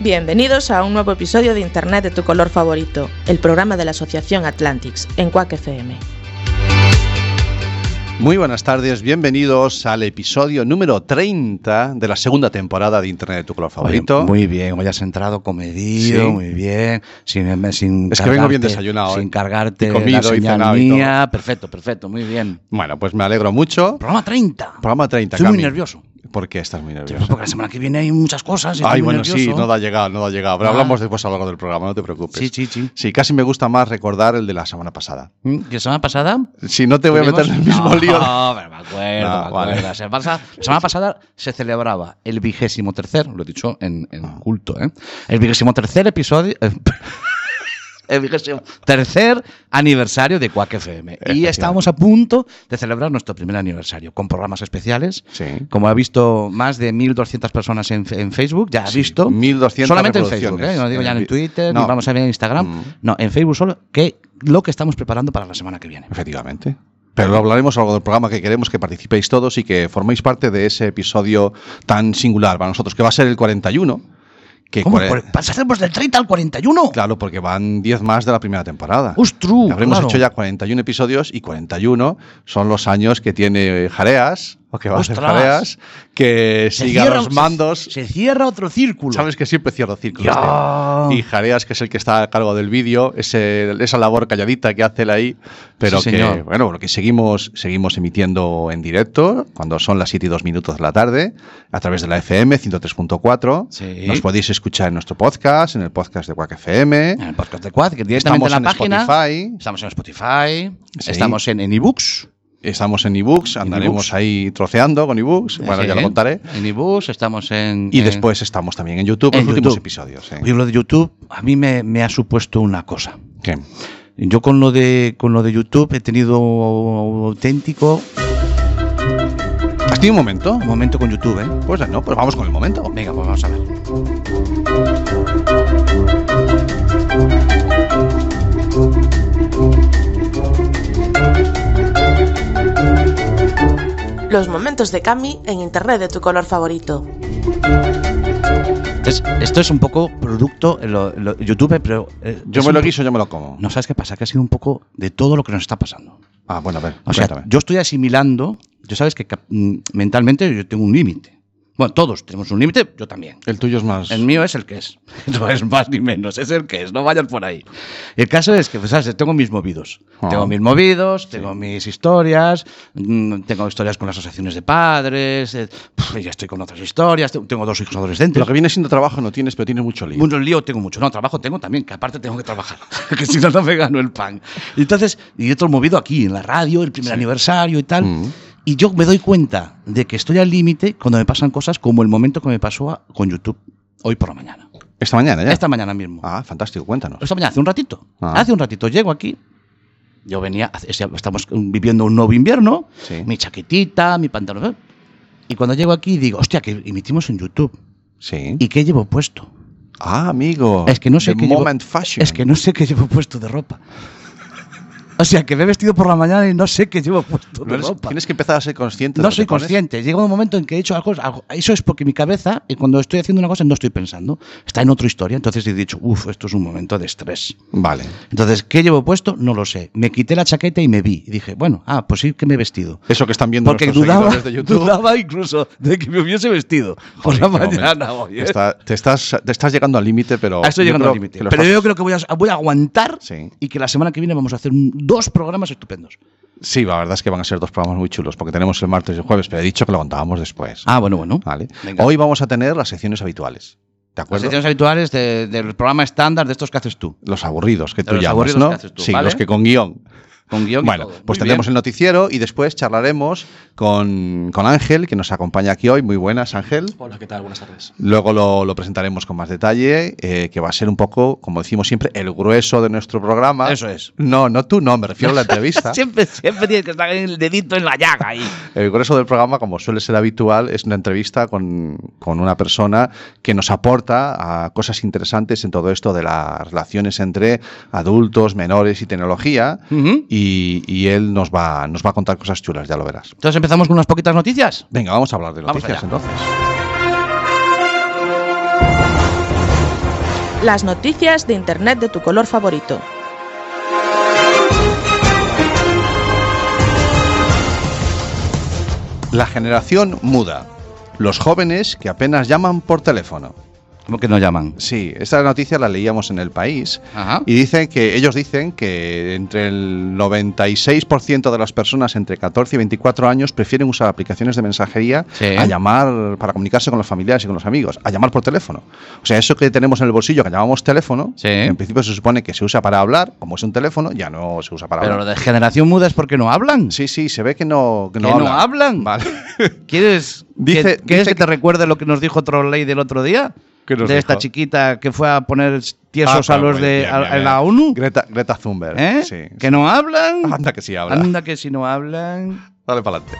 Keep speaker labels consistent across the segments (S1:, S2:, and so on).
S1: Bienvenidos a un nuevo episodio de Internet de tu color favorito, el programa de la Asociación Atlantics en Quack FM.
S2: Muy buenas tardes, bienvenidos al episodio número 30 de la segunda temporada de Internet de tu color
S3: Oye,
S2: favorito.
S3: muy bien, hoy has entrado comedido,
S2: Sí.
S3: muy bien. Sin, eh, sin
S2: Es que vengo bien
S3: cargarte-
S2: desayunado,
S3: Sin
S2: eh.
S3: cargarte
S2: He comido
S3: la
S2: y
S3: señal
S2: cenado y
S3: mía. Perfecto, perfecto, muy bien.
S2: Bueno, pues me alegro mucho.
S3: Programa 30.
S2: Programa 30,
S3: Estoy muy
S2: Cami.
S3: nervioso.
S2: ¿Por qué estás muy nervioso?
S3: Pues Porque la semana que viene hay muchas cosas. y estoy
S2: Ay,
S3: muy
S2: bueno, sí,
S3: nervioso.
S2: no da llegado, no da llegado. Pero
S3: Ah.
S2: hablamos después a lo largo del programa, no te preocupes.
S3: Sí, sí, sí.
S2: Sí, casi me gusta más recordar el de la semana pasada.
S3: ¿Mm? ¿Que la semana pasada?
S2: Si no te voy a meter en el
S3: ¿Tuvimos?
S2: mismo lío.
S3: No, pero me acuerdo,
S2: Ah,
S3: me
S2: vale.
S3: acuerdo. La, semana pasada, la semana pasada se celebraba el vigésimo tercer, lo he dicho en, en
S2: Ah.
S3: culto, ¿eh? El vigésimo tercer episodio. eh, El vigésimo tercer aniversario de Quack FM. Y
S2: Efectivamente.
S3: estábamos a punto de celebrar nuestro primer aniversario con programas especiales.
S2: Sí.
S3: Como ha visto más de 1.200 personas en, en Facebook, ya ha
S2: Sí,
S3: visto.
S2: 1.200
S3: Solamente en Facebook,
S2: reproducciones.
S3: ¿eh? No digo ya
S2: En
S3: en
S2: vi-
S3: Twitter,
S2: no.
S3: ni vamos a ver en Instagram.
S2: Mm.
S3: No, en Facebook solo, que lo que estamos preparando para la semana que viene.
S2: Efectivamente. Pero lo hablaremos algo del programa que queremos que participéis todos y que forméis parte de ese episodio tan singular para nosotros, que va a ser el 41. Que
S3: ¿Cómo?
S2: cuare-
S3: Por- ¿Pasaremos del 30 al 41?
S2: Claro, porque van 10 más de la primera temporada.
S3: ¡Ostru!
S2: Habremos
S3: claro.
S2: hecho ya 41 episodios y 41 son los años que tiene Jareas, o que va a
S3: ¡Ostras!
S2: hacer Jareas, que
S3: Se
S2: siga
S3: cierra-
S2: los mandos.
S3: Se, se cierra otro círculo.
S2: Sabes que siempre cierro círculos.
S3: Ya.
S2: tío. Y Jareas, que es el que está a cargo del vídeo, ese- esa labor calladita que hace él ahí, pero
S3: Sí,
S2: que,
S3: señor.
S2: bueno, porque seguimos, seguimos emitiendo en directo, cuando son las 7 y 2 minutos de la tarde, a través de la FM 103.4.
S3: Sí.
S2: Nos podéis escuchar en nuestro podcast, en el podcast de Quack FM.
S3: En el podcast de Quad, que directamente
S2: Estamos
S3: en la
S2: en
S3: página.
S2: Spotify.
S3: Estamos en Spotify.
S2: Sí.
S3: Estamos en, en ebooks.
S2: Estamos en ebooks, andaremos
S3: ebooks.
S2: ahí troceando con ebooks. Bueno,
S3: Sí.
S2: ya lo contaré.
S3: En ebooks, estamos en.
S2: Y
S3: en-
S2: después estamos también en YouTube, en
S3: en
S2: los últimos
S3: YouTube.
S2: episodios. ¿eh?
S3: Oye, lo de YouTube a mí me, me ha supuesto una cosa.
S2: ¿Qué?
S3: Yo con lo de con lo de YouTube he tenido un auténtico
S2: ¿Has tenido un momento?
S3: momento con YouTube, ¿eh?
S2: Pues no, pues vamos con el momento.
S3: Venga, pues vamos a ver.
S4: Los momentos de Cami en internet de tu color favorito.
S3: Entonces, esto es un poco producto, lo- lo- YouTube, pero... eh,
S2: Yo
S3: es
S2: me
S3: un
S2: lo
S3: po-
S2: guiso, yo me lo como.
S3: No sabes qué pasa, que ha sido un poco de todo lo que nos está pasando.
S2: Ah, bueno, a ver.
S3: O sea,
S2: cuéntame.
S3: yo estoy asimilando, yo sabes que cap- mm, mentalmente yo tengo un límite. Bueno, todos tenemos un límite, yo también.
S2: el tuyo es más.
S3: El mío es el que es. No es más ni menos, es el que es. No vayan por ahí. El caso es que, pues, ¿sabes? Tengo mis movidos.
S2: Ah.
S3: Tengo mis movidos, tengo mis historias, mm, tengo historias con las asociaciones de padres, eh, pf, ya estoy con otras historias, te- tengo dos hijos adolescentes.
S2: Lo que viene siendo trabajo no tienes, pero tienes mucho lío.
S3: Mucho lío tengo mucho. No, trabajo tengo también, que aparte tengo que trabajar. que si no, no me gano el pan. Y Entonces, y otro movido aquí, en la radio, el primer aniversario y tal.
S2: Mm.
S3: Y yo me doy cuenta de que estoy al límite cuando me pasan cosas como el momento que me pasó a- con YouTube hoy por la mañana.
S2: Esta mañana ya.
S3: Esta Pues- mañana mismo.
S2: Ah, fantástico, cuéntanos.
S3: Esta mañana, hace un ratito.
S2: Ah.
S3: Hace un ratito llego aquí. Yo venía, hace- estamos viviendo un nuevo invierno,
S2: Sí.
S3: mi chaquetita, mi pantalón. Y cuando llego aquí digo, hostia, que emitimos en YouTube.
S2: Sí.
S3: ¿Y qué llevo puesto?
S2: Ah, amigo.
S3: Es que no sé
S2: The
S3: qué llevo-
S2: Moment Fashion.
S3: Es que no sé qué llevo puesto de ropa. O sea, que me he vestido por la mañana y no sé qué llevo
S2: No
S3: puesto de
S2: eres-
S3: ropa.
S2: Tienes que empezar a ser consciente. de lo
S3: No
S2: que
S3: soy
S2: pones.
S3: consciente. Llega un momento en que he hecho algo, algo- Eso es porque mi cabeza, eh, cuando estoy haciendo una cosa, no estoy pensando. Está en otra historia. Entonces he dicho, uff, esto es un momento de estrés.
S2: Vale.
S3: Entonces, ¿qué llevo puesto? No lo sé. Me quité la chaqueta y me vi. Y dije, bueno, ah, pues sí que me he vestido.
S2: Eso que están viendo
S3: Porque
S2: nuestros
S3: dudaba,
S2: seguidores de YouTube.
S3: dudaba incluso de que me hubiese vestido por la
S2: Qué momento.
S3: mañana hoy. ¿eh?
S2: Está- te, estás, te estás llegando al límite, pero.
S3: Ah, estoy
S2: yo
S3: llegando
S2: creo
S3: al límite.
S2: que lo
S3: Pero
S2: estás-
S3: yo creo que voy a, voy a aguantar
S2: Sí.
S3: y que la semana que viene vamos a hacer un- dos programas estupendos.
S2: Sí, la verdad es que van a ser dos programas muy chulos, porque tenemos el martes y el jueves, pero he dicho que lo contábamos después.
S3: Ah, bueno, bueno.
S2: Vale.
S3: Venga.
S2: Hoy vamos a tener las secciones habituales. ¿De
S3: Las
S2: acuerdo?
S3: secciones habituales de- del programa estándar de estos que haces tú.
S2: Los aburridos que
S3: De
S2: tú
S3: los
S2: llamas,
S3: aburridos
S2: ¿no?
S3: que haces tú,
S2: sí,
S3: ¿vale?
S2: los que con guión.
S3: Con guión y
S2: Bueno,
S3: todo.
S2: pues
S3: Muy
S2: tendremos
S3: bien.
S2: el noticiero y después charlaremos con, con Ángel, que nos acompaña aquí hoy. Muy buenas, Ángel.
S5: Hola, ¿qué tal? Buenas tardes.
S2: Luego lo, lo presentaremos con más detalle, eh, que va a ser un poco, como decimos siempre, el grueso de nuestro programa.
S3: Eso es.
S2: No, no tú, no, me refiero a la entrevista.
S3: Siempre, siempre tienes que estar el dedito en la llaga ahí.
S2: El grueso del programa, como suele ser habitual, es una entrevista con, con una persona que nos aporta a cosas interesantes en todo esto de las relaciones entre adultos, menores y tecnología.
S3: Ujú.
S2: y, y él nos va, nos va a contar cosas chulas, ya lo verás.
S3: Entonces empezamos con unas poquitas noticias.
S2: Venga, vamos a hablar de
S3: Vamos
S2: noticias
S3: allá.
S2: entonces.
S1: Las noticias de Internet de tu color favorito.
S2: La generación muda. Los jóvenes que apenas llaman por teléfono.
S3: ¿Cómo que no llaman?
S2: Sí, esta noticia la leíamos en El País
S3: Ajá.
S2: y dicen que ellos dicen que entre el 96% de las personas entre 14 y 24 años prefieren usar aplicaciones de mensajería
S3: Sí.
S2: a llamar para comunicarse con los familiares y con los amigos, a llamar por teléfono. O sea, eso que tenemos en el bolsillo que llamamos teléfono,
S3: Sí.
S2: que en principio se supone que se usa para hablar, como es un teléfono, ya no se usa para
S3: Pero lo
S2: hablar.
S3: de generación muda es porque no hablan.
S2: Sí, sí, se ve que no, que no
S3: ¿Que no
S2: hablan.
S3: hablan?
S2: Vale.
S3: ¿Quieres,
S2: Dice-
S3: que, quieres
S2: dice
S3: que te recuerde lo que nos dijo Trolley del otro día?
S2: ¿Qué nos
S3: de esta
S2: dijo?
S3: chiquita que fue a poner tiesos
S2: Ah,
S3: a los
S2: muy
S3: de
S2: bien,
S3: a-
S2: bien,
S3: a la
S2: bien.
S3: ONU.
S2: Greta, Greta Thunberg.
S3: ¿Eh?
S2: Sí.
S3: Que no hablan.
S2: Anda que sí habla.
S3: Anda que si no hablan.
S2: Dale para adelante.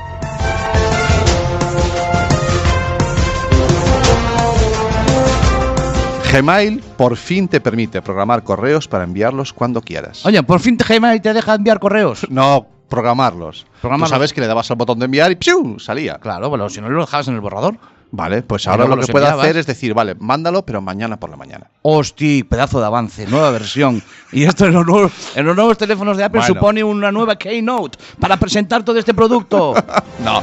S2: Gmail por fin te permite programar correos para enviarlos cuando quieras.
S3: Oye, por fin te Gmail te deja enviar correos.
S2: No, programarlos.
S3: Programarlos.
S2: Tú sabes que le dabas al botón de enviar y ¡piu! salía.
S3: Claro, bueno, si no lo dejabas en el borrador.
S2: Vale, pues
S3: Y
S2: ahora lo
S3: luego los
S2: que puedo
S3: enviabas.
S2: hacer es decir, vale, mándalo, pero mañana por la mañana.
S3: Hosti, pedazo de avance, nueva versión. Y esto en los nuevos, en los nuevos teléfonos de Apple
S2: Bueno.
S3: supone una nueva Keynote para presentar todo este producto.
S2: No.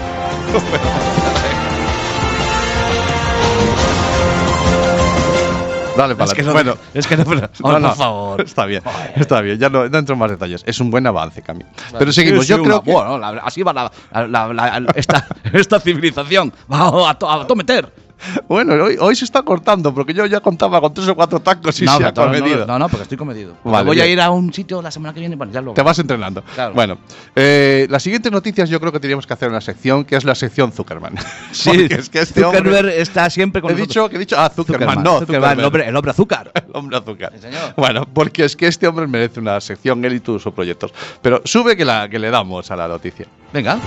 S2: Dale, para
S3: es que no,
S2: Bueno,
S3: es que no, pero-
S2: No,
S3: oh,
S2: no.
S3: por favor.
S2: Está bien, está bien. Ya no, no entro en más detalles. Es un buen avance, Cami. Pero
S3: Sí,
S2: seguimos.
S3: sí,
S2: Yo
S3: una-
S2: creo que.
S3: bueno, la- así va la, la- la- la- esta, esta civilización. Va a, to, a to meter.
S2: Bueno, hoy, hoy se está cortando porque yo ya contaba con tres o cuatro tacos y
S3: no,
S2: se ha
S3: pero no,
S2: comedido.
S3: No, no, porque estoy comedido. Porque
S2: Vale,
S3: voy a
S2: bien.
S3: ir a un sitio la semana que viene. Bueno, ya lo.
S2: Te vas entrenando.
S3: Claro.
S2: Bueno, eh, las siguientes noticias yo creo que teníamos que hacer en la sección, que es la sección Zuckerman. Porque es que este hombre-
S3: Zuckerberg está siempre con
S2: He
S3: nosotros.
S2: dicho, que he dicho, ah, Zuckerman,
S3: Zuckerman,
S2: no,
S3: Zuckerberg,
S2: Zuckerberg.
S3: El, hombre, el hombre azúcar.
S2: El hombre azúcar.
S3: Sí, señor.
S2: Bueno, porque es que este hombre merece una sección, él y todos sus proyectos. Pero sube que, la, que le damos a la noticia.
S3: Venga.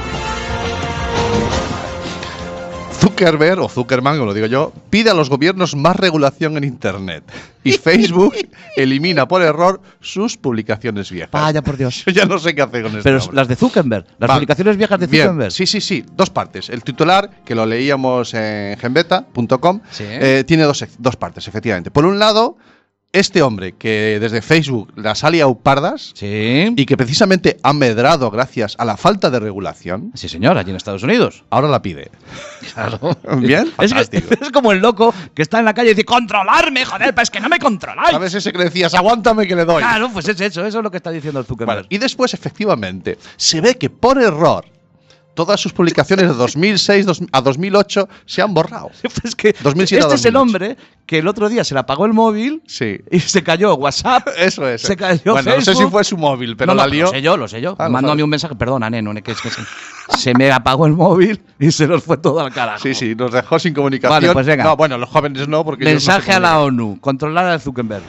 S2: Zuckerberg o Zuckerman, como lo digo yo, pide a los gobiernos más regulación en Internet. Y Facebook elimina por error sus publicaciones viejas.
S3: Vaya por Dios.
S2: Yo ya no sé qué hacer con este esto.
S3: Ah, Pero las de Zuckerberg, las publicaciones viejas de Zuckerberg.
S2: Sí, sí, sí, dos partes. El titular, que lo leíamos en genbeta.com,
S3: Sí.
S2: eh, tiene dos, sec- dos partes, efectivamente. Por un lado, este hombre que desde Facebook las ha liado pardas
S3: Sí.
S2: y que precisamente ha medrado gracias a la falta de regulación,
S3: Sí, señor, allí en Estados Unidos.
S2: ahora la pide.
S3: Claro.
S2: Bien,
S3: Es, que-
S2: fantástico.
S3: es como el loco que está en la calle y dice: ¡Controlarme, joder! Pues que no me controláis.
S2: ¿Sabes ese que le decías, aguántame que le doy?
S3: Claro, pues es eso, eso es lo que está diciendo el
S2: Bueno,
S3: Zuckerberg.
S2: y después, efectivamente, se ve que por error todas sus publicaciones de 2006 dos- a 2008 se han borrado.
S3: Pues Es que
S2: 2007 a
S3: este es el
S2: 2008.
S3: hombre que el otro día se le apagó el móvil
S2: Sí.
S3: y se cayó WhatsApp.
S2: Eso es.
S3: Se cayó
S2: Bueno, no sé si
S3: Facebook.
S2: fue su móvil, pero
S3: No, no, pues
S2: la lió.
S3: Lo sé yo, lo sé yo.
S2: Ah, lo
S3: Mandó a mí
S2: sabes.
S3: un mensaje, perdona, neno, que es que se, se me apagó el móvil y se nos fue todo al carajo.
S2: Sí, sí, nos dejó sin comunicación.
S3: Vale, pues venga.
S2: No, bueno, los jóvenes no, porque ellos no se
S3: Mensaje a la
S2: comunican.
S3: ONU, controlar a Zuckerberg.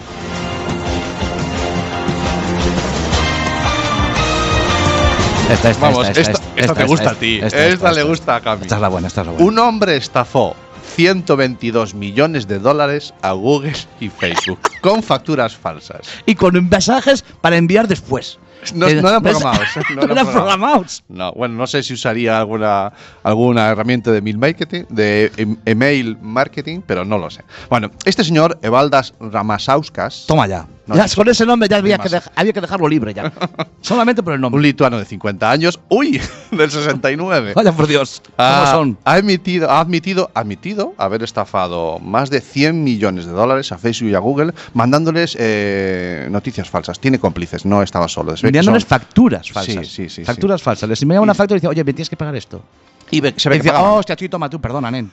S3: Esta, esta, esta,
S2: Vamos, esta, esta te gusta a ti. Esta, le
S3: esta.
S2: gusta a Cami.
S3: Esta es la buena, esta es la buena.
S2: Un hombre estafó 122 millones de dólares a Google y Facebook con facturas falsas.
S3: y con mensajes para enviar después.
S2: No-
S3: Que-
S2: no eran
S3: ¿ves?
S2: programados, eh,
S3: No eran programados.
S2: No, bueno, no sé si usaría alguna, alguna herramienta de email marketing, de em- email marketing, pero no lo sé. Bueno, este señor, Evaldas Ramasauskas,
S3: Toma ya.
S2: No,
S3: Ya,
S2: no.
S3: con ese nombre ya había
S2: más.
S3: que, dej- había que dejarlo libre ya. Solamente por el
S2: un
S3: nombre.
S2: lituano de 50 años, uy, del 69.
S3: Vaya por Dios. ¿Cómo
S2: Ha,
S3: son?
S2: ha emitido, ha admitido, ha admitido haber estafado más de 100 millones de dólares a Facebook y a Google mandándoles eh, noticias falsas. Tiene cómplices, no estaba solo. Se ve que
S3: Enviándoles
S2: son-
S3: facturas falsas.
S2: Sí, sí, sí,
S3: Facturas falsas. Les enviaba una factura y decía, oye, me tienes que pagar esto.
S2: y ve- se
S3: Y
S2: ve que
S3: decía,
S2: pagaban.
S3: oh, hostia, tú y toma tú, perdona, nen.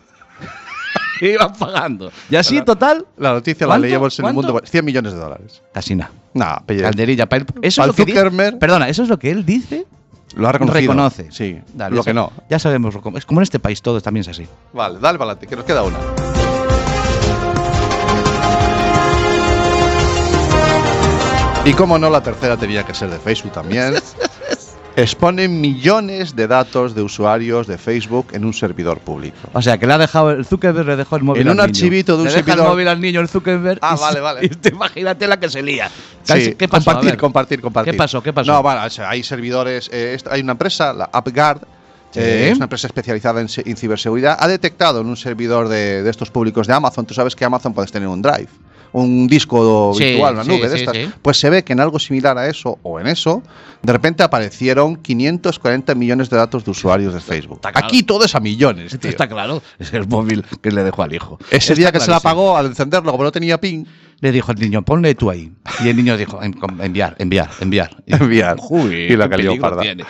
S3: que iban pagando. Y así,
S2: Claro.
S3: total,
S2: La noticia la
S3: ¿Cuánto?
S2: leíamos en el
S3: ¿Cuánto?
S2: mundo. 100 millones de dólares.
S3: casi nada.
S2: Nah, pelle-
S3: Calderilla para él. Eso es
S2: Pa'l
S3: lo que dice-
S2: Zuckerberg.
S3: Perdona, eso es lo que él dice.
S2: Lo ha reconocido.
S3: Reconoce.
S2: Sí,
S3: Dale,
S2: lo
S3: ya
S2: que
S3: sa-
S2: no.
S3: Ya sabemos. lo com- Es como en este país todo también es así.
S2: Vale, dale para adelante, que nos queda una. Y como no, la tercera tenía que ser de Facebook también. Exponen millones de datos de usuarios de Facebook en un servidor público.
S3: O sea, que le ha dejado el Zuckerberg, le dejó el móvil
S2: En
S3: al
S2: un
S3: niño.
S2: archivito de un
S3: le deja
S2: servidor.
S3: el móvil al niño el Zuckerberg.
S2: Ah,
S3: y se-
S2: vale, vale.
S3: y te imagínate la que se lía.
S2: Sí,
S3: ¿Qué pasó? A
S2: Compartir,
S3: ver.
S2: compartir, compartir.
S3: ¿Qué pasó? ¿Qué pasó?
S2: No, bueno, o sea, hay servidores. eh, esta- hay una empresa, la AppGuard.
S3: Sí.
S2: eh, es una empresa especializada en, se- en ciberseguridad. Ha detectado en un servidor de, de estos públicos de Amazon. Tú sabes que Amazon puedes tener un drive, un disco
S3: Sí,
S2: virtual, una
S3: sí,
S2: nube de
S3: sí,
S2: estas.
S3: sí.
S2: Pues se ve que en algo similar a eso o en eso, de repente aparecieron 540 millones de datos de usuarios de Facebook.
S3: Está claro.
S2: Aquí todo es a millones,
S3: Esto
S2: tío.
S3: está claro. Es el móvil que le dejó al hijo.
S2: Ese día que se la
S3: pagó
S2: apagó al encenderlo, como no tenía ping,
S3: Le dijo el niño, ponle tú ahí. Y el niño dijo, "En- com- enviar, enviar, enviar. Y-
S2: enviar.
S3: Uy,
S2: y la
S3: qué
S2: que lió
S3: peligro
S2: parda.
S3: tiene.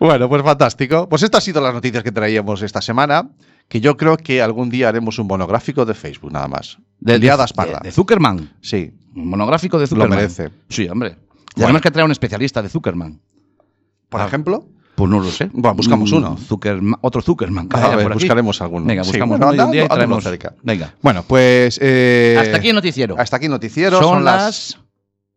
S2: Bueno, pues fantástico. Pues estas han sido las noticias que traíamos esta semana, que yo creo que algún día haremos un monográfico de Facebook, nada más. De liadas parda.
S3: De, de Zuckerman.
S2: sí,
S3: Un monográfico de
S2: Lo
S3: Zuckerman.
S2: merece.
S3: Sí, hombre.
S2: Bueno.
S3: Tenemos que traer a un especialista de Zuckerman.
S2: por
S3: Ah.
S2: ejemplo.
S3: Pues no lo sé.
S2: Bueno, buscamos
S3: Mm,
S2: uno. Ah,
S3: Zuckerman- otro Zuckerman. que
S2: A
S3: haya
S2: ver,
S3: por aquí.
S2: buscaremos alguno.
S3: Venga,
S2: Sí,
S3: buscamos
S2: bueno,
S3: uno y un
S2: anda,
S3: día y
S2: hazlo
S3: traemos.
S2: cerca.
S3: Venga.
S2: Bueno, pues. eh,
S3: Hasta aquí el noticiero.
S2: Hasta aquí noticiero. Son, las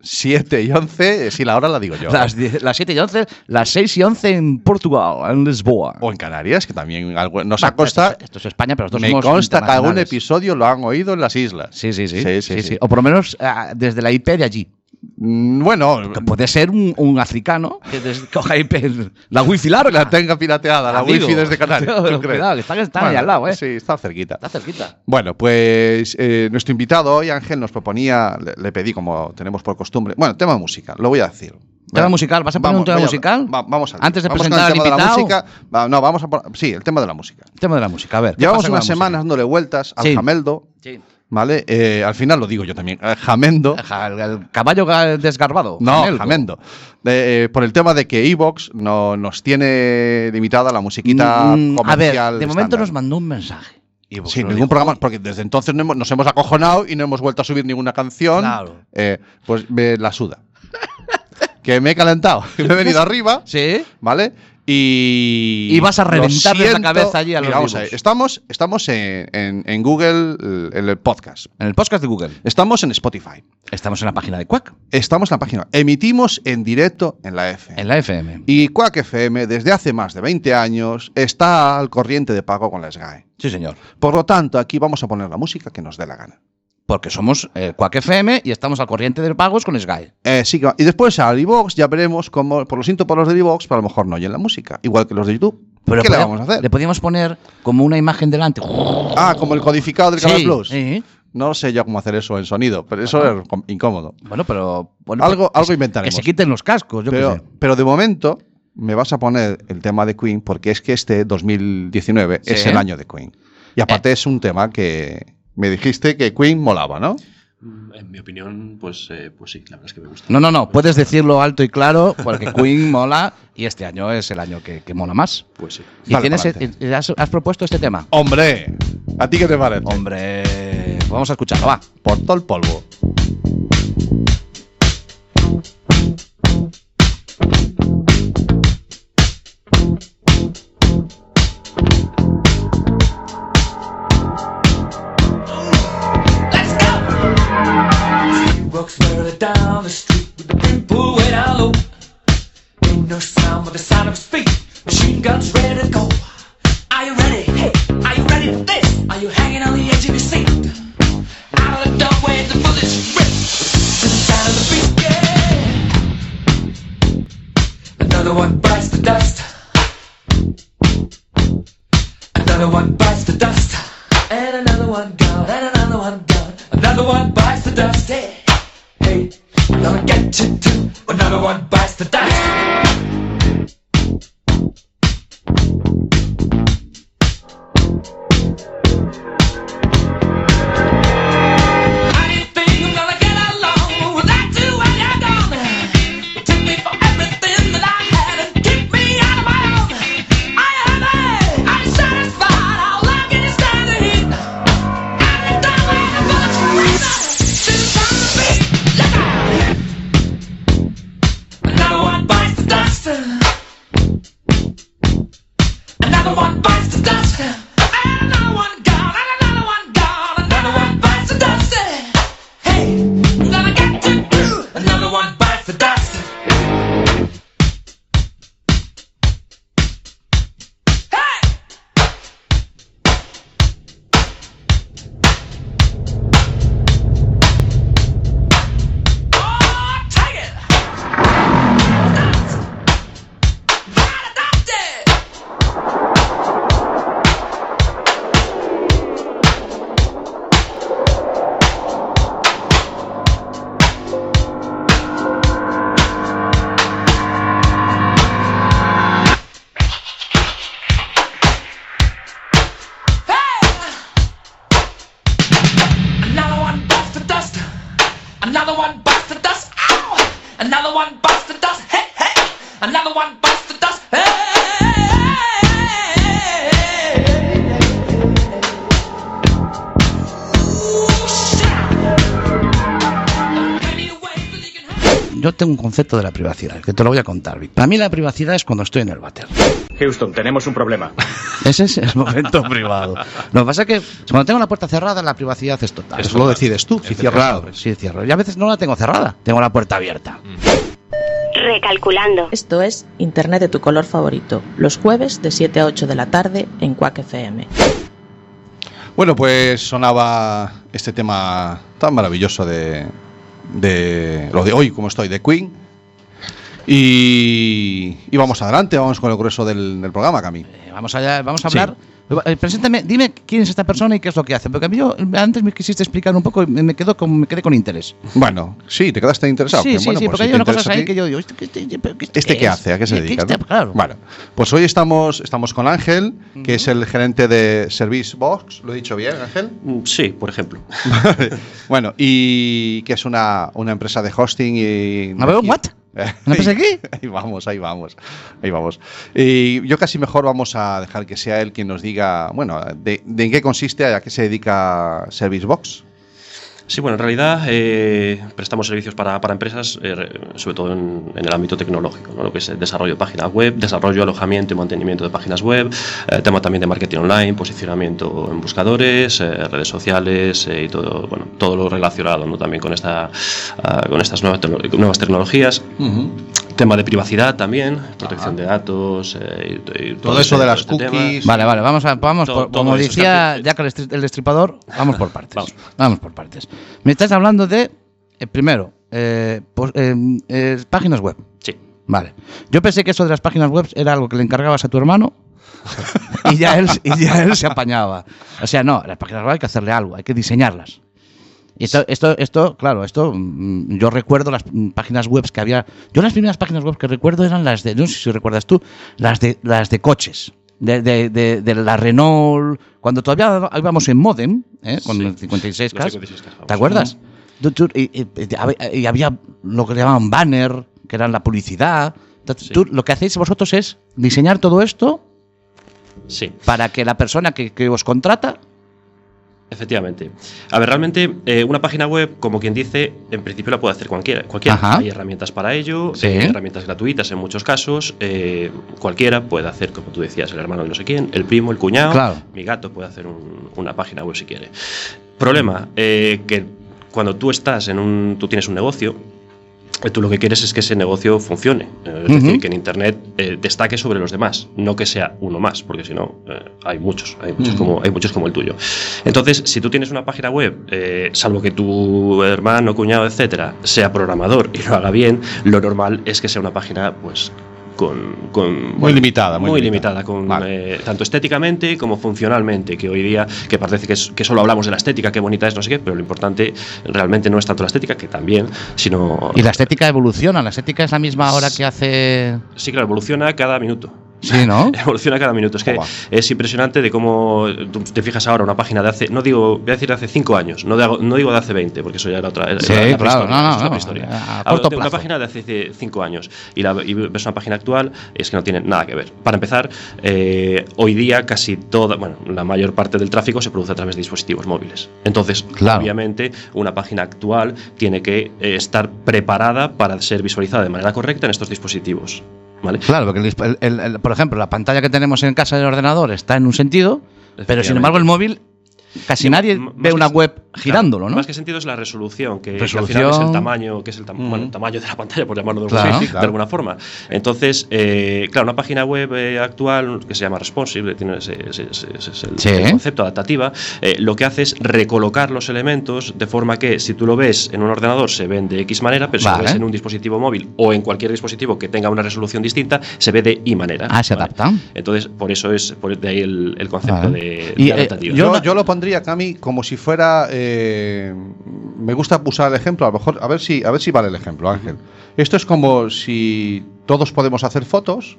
S2: 7 y 11. Sí, la hora la digo yo.
S3: las, die- las 7 y 11, las 6 y 11 en Portugal, en Lisboa.
S2: O en Canarias, que también algo- Pues nos
S3: Bueno,
S2: acosta.
S3: Esto, es- esto es España, pero nosotros
S2: Me
S3: somos
S2: consta que algún
S3: internacionales.
S2: episodio lo han oído en las islas.
S3: Sí sí sí.
S2: Sí, sí, sí.
S3: O por lo menos ah, desde la IP de allí.
S2: Mm, Bueno,
S3: Que puede ser un, un africano que des- coja IP en la wifi larga.
S2: la tenga pirateada, la
S3: Amigo.
S2: wifi desde Canarias. ¿tú crees?
S3: Cuidado, que está, está ahí
S2: Bueno,
S3: al lado, ¿eh?
S2: Sí, está cerquita.
S3: Está cerquita.
S2: Bueno, pues eh, nuestro invitado hoy, Ángel, nos proponía, le, le pedí, como tenemos por costumbre, bueno, tema musical, lo voy a decir.
S3: ¿Tema
S2: ¿Vale?
S3: musical? ¿Vas a poner un tema
S2: voy a-
S3: musical?
S2: va- vamos a
S3: Antes de
S2: vamos con
S3: presentar
S2: el
S3: al
S2: tema de la
S3: invitado.
S2: música. Va, no, vamos a por- Sí, el tema de la música.
S3: El tema de la música, a ver. ¿qué
S2: Llevamos
S3: pasa con
S2: unas
S3: la
S2: semanas dándole vueltas al
S3: Sí.
S2: jameldo,
S3: música? Sí.
S2: ¿vale? Eh, al final lo digo yo también, eh, al jamendo.
S3: Ja- El, caballo ga- desgarbado.
S2: No,
S3: Jamelgo.
S2: jamendo. De- eh, por el tema de que Evox no, nos tiene limitada la musiquita
S3: Mm, a ver,
S2: comercial.
S3: de momento
S2: estándar.
S3: nos mandó un mensaje. Y vos
S2: Sí,
S3: Pues lo
S2: ningún
S3: dijo.
S2: programa, porque desde entonces no hemos- nos hemos acojonado y no hemos vuelto a subir ninguna canción.
S3: Claro.
S2: Eh, pues me la suda. que me he calentado, que me he venido arriba,
S3: Sí.
S2: ¿vale? Y.
S3: Y vas a
S2: lo
S3: reventarles la
S2: siento.
S3: cabeza allí a los
S2: Mira, vamos
S3: vivos.
S2: ver, estamos estamos en, en- en Google, el- en el podcast.
S3: En el podcast de Google.
S2: Estamos en Spotify.
S3: Estamos en la página de Quack,
S2: Estamos en la página. Emitimos en directo en la F.
S3: en la FM.
S2: Y Quack FM, desde hace más de 20 años, está al corriente de pago con la SGAE.
S3: Sí, señor.
S2: Por lo tanto, aquí vamos a poner la música que nos dé la gana.
S3: Porque somos eh, Quack FM y estamos al corriente de pagos con Sky.
S2: Eh, sí que va. Y después al iVox ya veremos cómo, por los síntomas del iVox, pero a lo mejor no oyen la música, igual que los de YouTube. ¿Qué le
S3: podíamos-
S2: vamos a hacer?
S3: Le podíamos poner como una imagen delante.
S2: Ah, como el codificado del Canal
S3: Sí,
S2: Plus.
S3: sí.
S2: No sé yo cómo hacer eso en sonido, pero eso es com- incómodo.
S3: Bueno, pero. bueno,
S2: Algo,
S3: pues,
S2: algo
S3: Que
S2: inventaremos.
S3: se quiten los cascos, yo qué
S2: pero,
S3: sé.
S2: pero de momento me vas a poner el tema de Queen porque es que este 2019
S3: Sí. Eh.
S2: es el año de Queen. Y aparte es un tema que me dijiste que Queen molaba, ¿no?
S5: Mm, En mi opinión, pues, eh, pues sí, la verdad es que me gusta.
S3: No, no, no. Puedes decirlo alto y claro, porque Queen mola y este año es el año que, que mola más.
S5: Pues sí.
S3: Y
S2: Dale,
S3: tienes,
S2: pa'lante.
S3: eh, has, has propuesto este tema.
S2: Hombre, ¿a ti qué te parece?
S3: Hombre, vamos a escucharlo, va.
S2: Por todo el polvo.
S6: Walks further down the street with the people way down low. Ain't no sound but the sound of speed. Machine guns ready to go. Are you ready? Hey, are you ready for this? Are you hanging on the edge of your seat? Out of the doorway, the bullets rip to the sound of the beat. Yeah. Another one bites the dust. Another one bites the dust. And another one down, and another one down. Another one bites the dust. Hey, hey, gonna get you too. Another one bites the dust. How do you think I'm gonna get along without you when you're gone? You took me for everything that I had and kicked me out of my own. Are you happy? Are you satisfied? How long can you stand the heat? I Another one bites the dust. And another one gone. And another one gone. Another one bites the dust. Hey, I'm gonna get to you. Another one bites the dust. Hey! Oh, take it! Another one bites the dust. Another one bites the dust. Ow! Another one bites the dust. Hey, hey! Another one bites the dust. Hey! Ooh, shit. Many ways that you can hurt.
S3: Yo tengo un concepto de la privacidad, que te lo voy a contar, Vic. Para mí la privacidad es cuando estoy en el váter.
S7: Houston, tenemos un problema.
S3: Ese es el momento privado. Lo que pasa es que cuando tengo la puerta cerrada, la privacidad es total.
S2: Eso lo decides tú, si cierras.
S3: Sí, cierro. Y a veces no la tengo cerrada, tengo la puerta abierta.
S2: Mm.
S8: Recalculando.
S1: Esto es Internet de tu color favorito, los jueves de 7 a 8 de la tarde en Quack FM.
S2: Bueno, pues sonaba este tema tan maravilloso de, de lo de hoy, como estoy, de Queen. Y, y vamos adelante, vamos con el grueso del, del programa, Cami.
S3: Eh, vamos allá, vamos a hablar. Eh, preséntame, dime quién es esta persona y qué es lo que hace. Porque a mí yo, eh, antes me quisiste explicar un poco y me, me quedo con, me quedé con interés.
S2: Bueno, sí, te quedaste interesado.
S3: sí,
S2: Bien,
S3: sí,
S2: bueno,
S3: sí,
S2: pues si
S3: porque hay
S2: te
S3: unas cosas
S2: interesa a
S3: ahí
S2: ti-
S3: que yo digo, ¿este, qué- este- pero qué-
S2: ¿Este qué
S3: es?
S2: hace? ¿A qué se
S3: ¿Qué-
S2: dedica?
S3: este-
S2: no?
S3: claro.
S2: Bueno, pues hoy estamos, estamos con Ángel, que es el gerente de Service Box. ¿Lo he dicho bien, Ángel?
S5: Mm, Sí, por ejemplo.
S2: bueno, y que es una, una empresa de hosting y...
S3: A ver, what? ¿Una empresa de qué?
S2: Ahí vamos, ahí vamos, ahí vamos. Y yo casi mejor vamos a dejar que sea él quien nos diga, bueno, de, de en qué consiste, a qué se dedica Service Box.
S5: Sí, bueno, en realidad eh, prestamos servicios para, para empresas, eh, re- sobre todo en, en el ámbito tecnológico, ¿no? lo que es el desarrollo de páginas web, desarrollo, alojamiento y mantenimiento de páginas web, eh, tema también de marketing online, posicionamiento en buscadores, eh, redes sociales eh, y todo, bueno, todo lo relacionado ¿no? también con, esta, ah, con estas nuevas, tecno- nuevas tecnologías. Tema de privacidad también, protección de datos. eh, y- y
S2: Todo eso
S5: este-
S2: de las
S5: todo este tema.
S2: cookies.
S3: Vale, vale, vamos a, vamos
S5: Todo-
S3: por-
S5: todo
S3: como
S5: eso,
S3: decía
S5: Santi.
S3: Jack el, estri- el destripador, vamos por partes. vamos.
S5: Vamos.
S3: por partes. Me estás hablando de, eh, primero, eh, pos- eh, eh, páginas web.
S5: Sí.
S3: Vale. Yo pensé que eso de las páginas web era algo que le encargabas a tu hermano y ya él, y ya él se apañaba. O sea, no, las páginas web hay que hacerle algo, hay que diseñarlas. Y esto, esto, esto, claro, esto mm, yo recuerdo las mm, páginas web que había. Yo las primeras páginas web que recuerdo eran las de, no sé si recuerdas tú, las de las de coches. De, de- de- de la Renault, cuando todavía íbamos en modem, ¿eh? con
S5: Sí.
S3: el 56K.
S5: Los 56K, vamos.
S3: ¿Te acuerdas? Tú- tú- y, y- y hab- y había lo que llamaban banner, que eran la publicidad. Entonces,
S5: Sí.
S3: tú lo que hacéis vosotros es diseñar todo esto
S5: Sí.
S3: para que la persona que, que os contrata.
S5: Efectivamente. A ver, realmente eh, una página web, como quien dice, en principio la puede hacer cualquiera. cualquiera.
S3: Ajá.
S5: Hay herramientas para ello,
S3: Sí.
S5: hay herramientas gratuitas en muchos casos. eh, cualquiera puede hacer, como tú decías, el hermano de no sé quién, el primo, el cuñado.
S3: Claro.
S5: Mi gato puede hacer un- una página web si quiere. Problema, eh, que cuando tú estás en un, tú tienes un negocio, eh, tú lo que quieres es que ese negocio funcione. Eh, Es
S3: Ujú.
S5: decir, que en Internet eh, destaque sobre los demás, no que sea uno más, porque si no, eh, hay muchos, hay muchos, como, hay muchos como el tuyo. Entonces, si tú tienes una página web, eh, salvo que tu hermano, cuñado, etcétera, sea programador y lo haga bien, lo normal es que sea una página, pues. Con, con-
S2: Muy limitada, muy limitada.
S5: limitada, con,
S2: Vale.
S5: eh, tanto estéticamente como funcionalmente, que hoy día que parece que, es- que solo hablamos de la estética, qué bonita es, no sé qué, pero lo importante realmente no es tanto la estética, que también, sino
S3: Y la estética evoluciona, la estética es la misma ahora que hace.
S5: Sí, claro, evoluciona cada minuto.
S3: Sí, ¿no?
S5: Evoluciona cada minuto. Es que
S2: Joba.
S5: es impresionante de cómo tú te fijas ahora una página de hace, no digo, voy a decir de hace 5 años, no, de- no digo de hace 20, porque eso ya era otra. era
S3: Sí,
S5: la
S3: claro,
S5: prehistoria,
S3: no, no,
S5: es otra
S3: no,
S5: prehistoria.
S3: a
S5: Ahora,
S3: corto plazo.
S5: tengo Una página de hace 5 años y, la, y ves una página actual, es que no tiene nada que ver. Para empezar, eh, hoy día casi toda, bueno, la mayor parte del tráfico se produce a través de dispositivos móviles. Entonces,
S3: Claro.
S5: obviamente, una página actual tiene que eh, estar preparada para ser visualizada de manera correcta en estos dispositivos. ¿vale?
S3: Claro, porque el disp- el- el- el- por ejemplo, la pantalla que tenemos en casa del ordenador está en un sentido, pero sin
S5: Efectivamente.
S3: embargo el móvil casi nadie
S5: M-
S3: ve
S5: más
S3: una
S5: que-
S3: web
S5: claro,
S3: girándolo, ¿no?
S5: Más que sentido es la resolución, que, que al final
S3: Resolución. Mm.
S5: es el tamaño, que es el, tam- bueno, el tamaño de la pantalla, por llamarlo de, alguna-
S3: Claro.
S5: de
S3: Sí, sí,
S2: claro.
S5: alguna forma. Entonces, eh, claro, una página web eh, actual que se llama responsive, tiene ese, ese- ese- ese es el,
S3: Sí.
S5: el concepto adaptativa, eh, lo que hace es recolocar los elementos de forma que si tú lo ves en un ordenador se ven de X manera, pero si
S3: Vale.
S5: lo ves en un dispositivo móvil o en cualquier dispositivo que tenga una resolución distinta, se ve de Y manera.
S3: Ah, se
S5: ¿vale?
S3: adapta.
S5: Entonces, por eso es por de ahí el, el concepto
S3: Vale.
S5: de,
S3: Y,
S5: de
S3: eh,
S5: adaptativa.
S3: Yo
S2: Yo,
S3: no-
S2: yo lo pondría, Cami, como si fuera. eh, me gusta usar el ejemplo, a lo mejor, a ver si, a ver si vale el ejemplo, Ángel. Esto es como si todos podemos hacer fotos,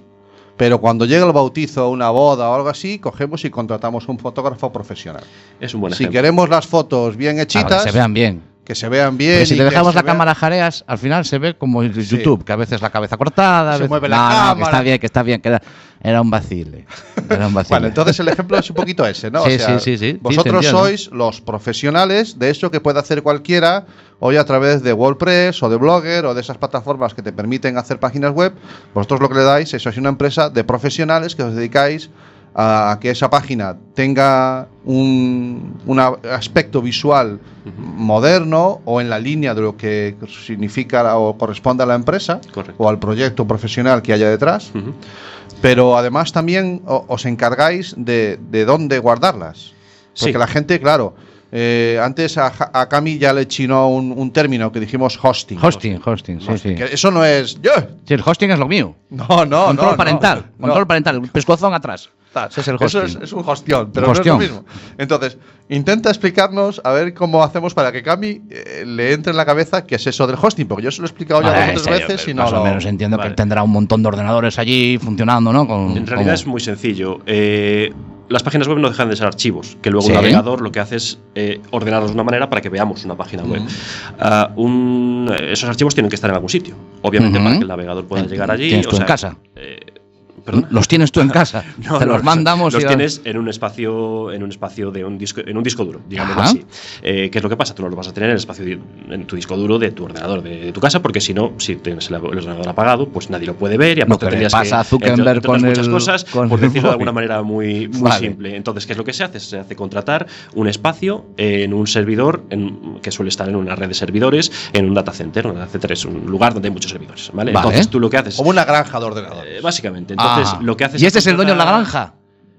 S2: pero cuando llega el bautizo, una boda o algo así, cogemos y contratamos un fotógrafo profesional.
S5: es un buen
S2: si
S5: ejemplo.
S2: queremos las fotos bien
S3: Claro,
S2: hechitas,
S3: que se vean bien.
S2: que se vean bien.
S3: Porque
S2: y
S3: si le
S2: que
S3: dejamos
S2: se
S3: la
S2: vean-
S3: cámara jareas, al final se ve como en YouTube, que a veces la cabeza cortada, a
S2: Se
S3: veces-
S2: mueve la
S3: No, no, que
S2: cámara.
S3: está bien, que está bien, que era, era un vacile. Era un vacile.
S2: Bueno, entonces el ejemplo es un poquito ese, ¿no?
S3: Sí, sí, sí, sí. Sí,
S2: Vosotros
S3: se entiende.
S2: sois los profesionales de eso que puede hacer cualquiera hoy a través de WordPress o de Blogger o de esas plataformas que te permiten hacer páginas web. Vosotros lo que le dais es sois una empresa de profesionales que os dedicáis a que esa página tenga un, un a- aspecto visual moderno o en la línea de lo que significa o corresponde a la empresa
S5: Correcto.
S2: o al proyecto profesional que haya detrás.
S5: Ujú.
S2: Pero además también o- os encargáis de, de dónde guardarlas. Porque
S5: Sí.
S2: la gente, claro, eh, antes a, Ja- a Cami ya le chinó un, un término que dijimos hosting.
S3: Hosting, hosting, sí,
S2: Hosting,
S3: sí.
S2: que eso no es. ¡Yo!
S3: Sí, el hosting es lo mío.
S2: No, no,
S3: control
S2: no,
S3: parental,
S2: no,
S3: control
S2: no.
S3: parental, un pescozón atrás. Ese es el hosting.
S2: Eso es, es un hostión, pero
S3: Hostión.
S2: no es lo mismo. Entonces, intenta explicarnos a ver cómo hacemos para que Cami eh, le entre en la cabeza qué es eso del hosting, porque yo se lo he explicado ya
S3: Vale, Ah, en
S2: dos o tres
S3: serio,
S2: veces
S3: pero
S2: y no
S3: más o
S2: lo-
S3: menos entiendo que
S5: Vale.
S3: él tendrá un montón de ordenadores allí funcionando, ¿no? Con-
S5: En realidad
S3: como-
S5: es muy sencillo. Eh, las páginas web no dejan de ser archivos, que luego
S3: Sí.
S5: un navegador lo que hace es eh, ordenarlos de una manera para que veamos una página web.
S3: Mm.
S5: Ah, un- esos archivos tienen que estar en algún sitio, obviamente,
S3: Ujú.
S5: para que el navegador pueda llegar allí.
S3: Tienes
S5: o
S3: tú en
S5: sea,
S3: casa.
S5: eh, ¿perdona?
S3: Los tienes tú en casa.
S5: No,
S3: te
S5: no,
S3: los
S5: no,
S3: mandamos
S5: los
S3: y-
S5: tienes en un espacio en un espacio de un disco en un disco duro digamos
S3: Ajá.
S5: así Eh, qué es lo que pasa tú no lo vas a tener en el espacio di- en tu disco duro de tu ordenador de, de tu casa porque si no si tienes el, el ordenador apagado pues nadie lo puede ver y aparte
S3: que le
S5: tendrías
S3: pasa a
S5: que entre-
S3: Zuckerberg
S5: entre otras
S3: con
S5: muchas
S3: el-
S5: cosas
S3: con
S5: por
S3: el
S5: decirlo de alguna
S3: móvil.
S5: manera muy muy
S3: Vale.
S5: simple entonces qué es lo que se hace se hace contratar un espacio en un servidor en- que suele estar en una red de servidores en un data center un data center es un lugar donde hay muchos servidores vale,
S3: Vale. Oh.
S5: entonces tú lo que haces
S2: Como una granja de ordenadores.
S5: eh, básicamente entonces
S3: Ah,
S5: lo que haces
S3: Y este es el dueño de la
S5: contratar-
S3: granja.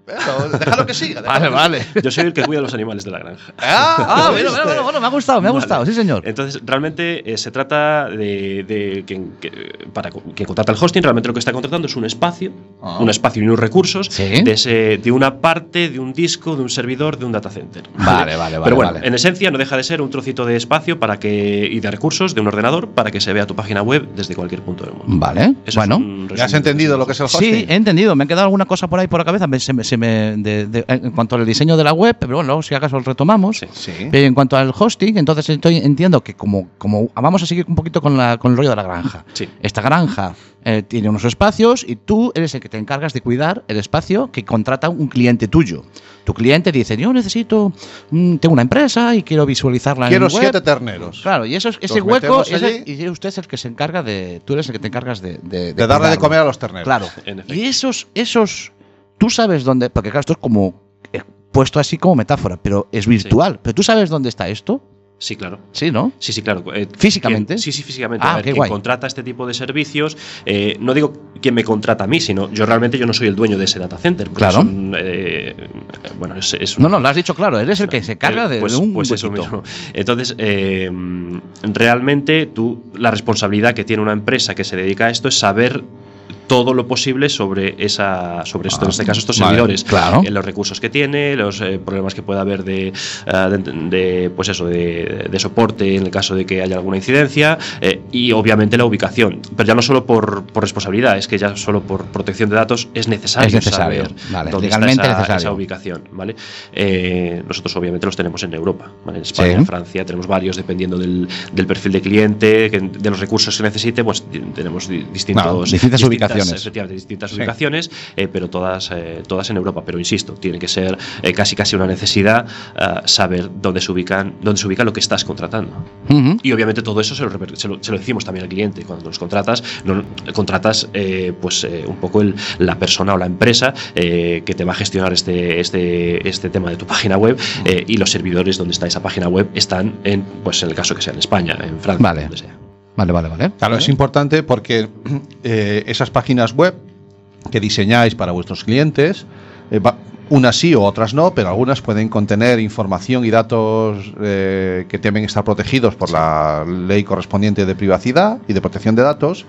S2: Pero déjalo que siga. déjalo que-
S3: vale.
S5: Yo soy el que cuida los animales de la granja.
S2: Ah,
S3: Ah, bueno, bueno, bueno, bueno, me ha gustado, me ha
S5: Vale.
S3: gustado, sí, señor.
S5: Entonces, realmente eh, se trata de, de quien, que- para co- quien contrata el hosting, realmente lo que está contratando es un espacio,
S2: Ah.
S5: un espacio y unos recursos
S3: Sí.
S5: de, ese- de una parte, de un disco, de un servidor, de un data center.
S3: Vale, vale, vale,
S5: Pero bueno,
S3: vale.
S5: en esencia no deja de ser un trocito de espacio para que, y de recursos de un ordenador para que se vea tu página web desde cualquier punto del mundo.
S3: Vale,
S5: Eso es
S3: bueno.
S5: un resumen
S2: ¿Ya has entendido
S5: de
S2: lo que es el hosting?
S3: Sí, eh, he entendido. Me ha quedado alguna cosa por ahí por la cabeza me- se me- se me- de- de- en cuanto al diseño de la web, pero bueno, luego si acaso lo retomamos.
S5: Sí.
S2: Sí.
S3: Pero en cuanto al hosting, entonces estoy, entiendo que como, como vamos a seguir un poquito con, la, con el rollo de la granja.
S5: Sí.
S3: Esta granja eh, tiene unos espacios y tú eres el que te encargas de cuidar el espacio que contrata un cliente tuyo. Tu cliente dice, yo necesito, mm, tengo una empresa y quiero visualizarla
S2: Quiero
S3: en web.
S2: siete terneros.
S3: Claro, y eso, es- ese
S2: Los
S3: hueco,
S2: metemos
S3: ese-
S2: allí.
S3: y usted es el que se encarga de, tú eres el que te encargas de... De, de
S2: De darle de
S3: cuidarlo.
S2: comer a los terneros.
S3: Claro.
S5: En efecto.
S3: Y esos, esos, tú sabes dónde, porque claro, esto es como eh, puesto así como metáfora, pero es virtual. Pero tú sabes dónde está esto,
S5: Sí, claro.
S3: ¿sí, no?
S5: Sí, sí, claro. Eh,
S3: ¿Físicamente?
S5: quien- sí, sí, físicamente.
S3: Ah,
S5: a ver,
S3: qué
S5: quien
S3: guay.
S5: contrata este tipo de servicios, eh, no digo quien me contrata a mí, sino yo realmente yo no soy el dueño de ese data center. porque
S3: Claro.
S5: son, eh, bueno, es, es un-
S3: No, no, lo has dicho claro, eres el que se carga
S5: eh,
S3: de,
S5: pues-
S3: de un
S5: pues eso
S3: huequito.
S5: mismo. Entonces, eh, realmente tú, la responsabilidad que tiene una empresa que se dedica a esto es saber todo lo posible sobre esa sobre esto,
S3: Ah,
S5: en este caso estos
S3: vale,
S5: servidores
S3: claro.
S5: Eh, los recursos que tiene los eh, problemas que pueda haber de, ah, de, de, pues eso de, de soporte en el caso de que haya alguna incidencia eh, y obviamente la ubicación pero ya no solo por, por responsabilidad es que ya solo por protección de datos es necesario,
S3: Es necesario,
S5: saber
S3: vale,
S5: dónde está
S3: legalmente
S5: esa-
S3: necesario.
S5: esa ubicación vale Eh, nosotros obviamente los tenemos en Europa ¿vale? en España
S3: Sí.
S5: en Francia tenemos varios dependiendo del, del perfil de cliente que- de los recursos que necesite pues tenemos di- distintos
S3: Claro, distintas
S5: distintas
S3: ubicaciones.
S5: efectivamente, distintas
S3: Sí.
S5: ubicaciones, eh, pero todas, eh, todas en Europa. Pero insisto, tiene que ser eh, casi casi una necesidad ah, saber dónde se ubican, dónde se ubica lo que estás contratando.
S3: Ujú.
S5: Y obviamente todo eso se lo, reper- se lo- se lo decimos también al cliente. Cuando los contratas, no- contratas eh, pues eh, un poco el- la persona o la empresa eh, que te va a gestionar este, este, este tema de tu página web eh, y los servidores donde está esa página web están en, pues en el caso que sea en España, en Francia,
S3: Vale.
S5: donde sea.
S3: Vale, vale, vale.
S2: Claro, es importante porque eh, esas páginas web que diseñáis para vuestros clientes, eh, va- unas sí o otras no, pero algunas pueden contener información y datos eh, que deben estar protegidos por la ley correspondiente de privacidad y de protección de datos.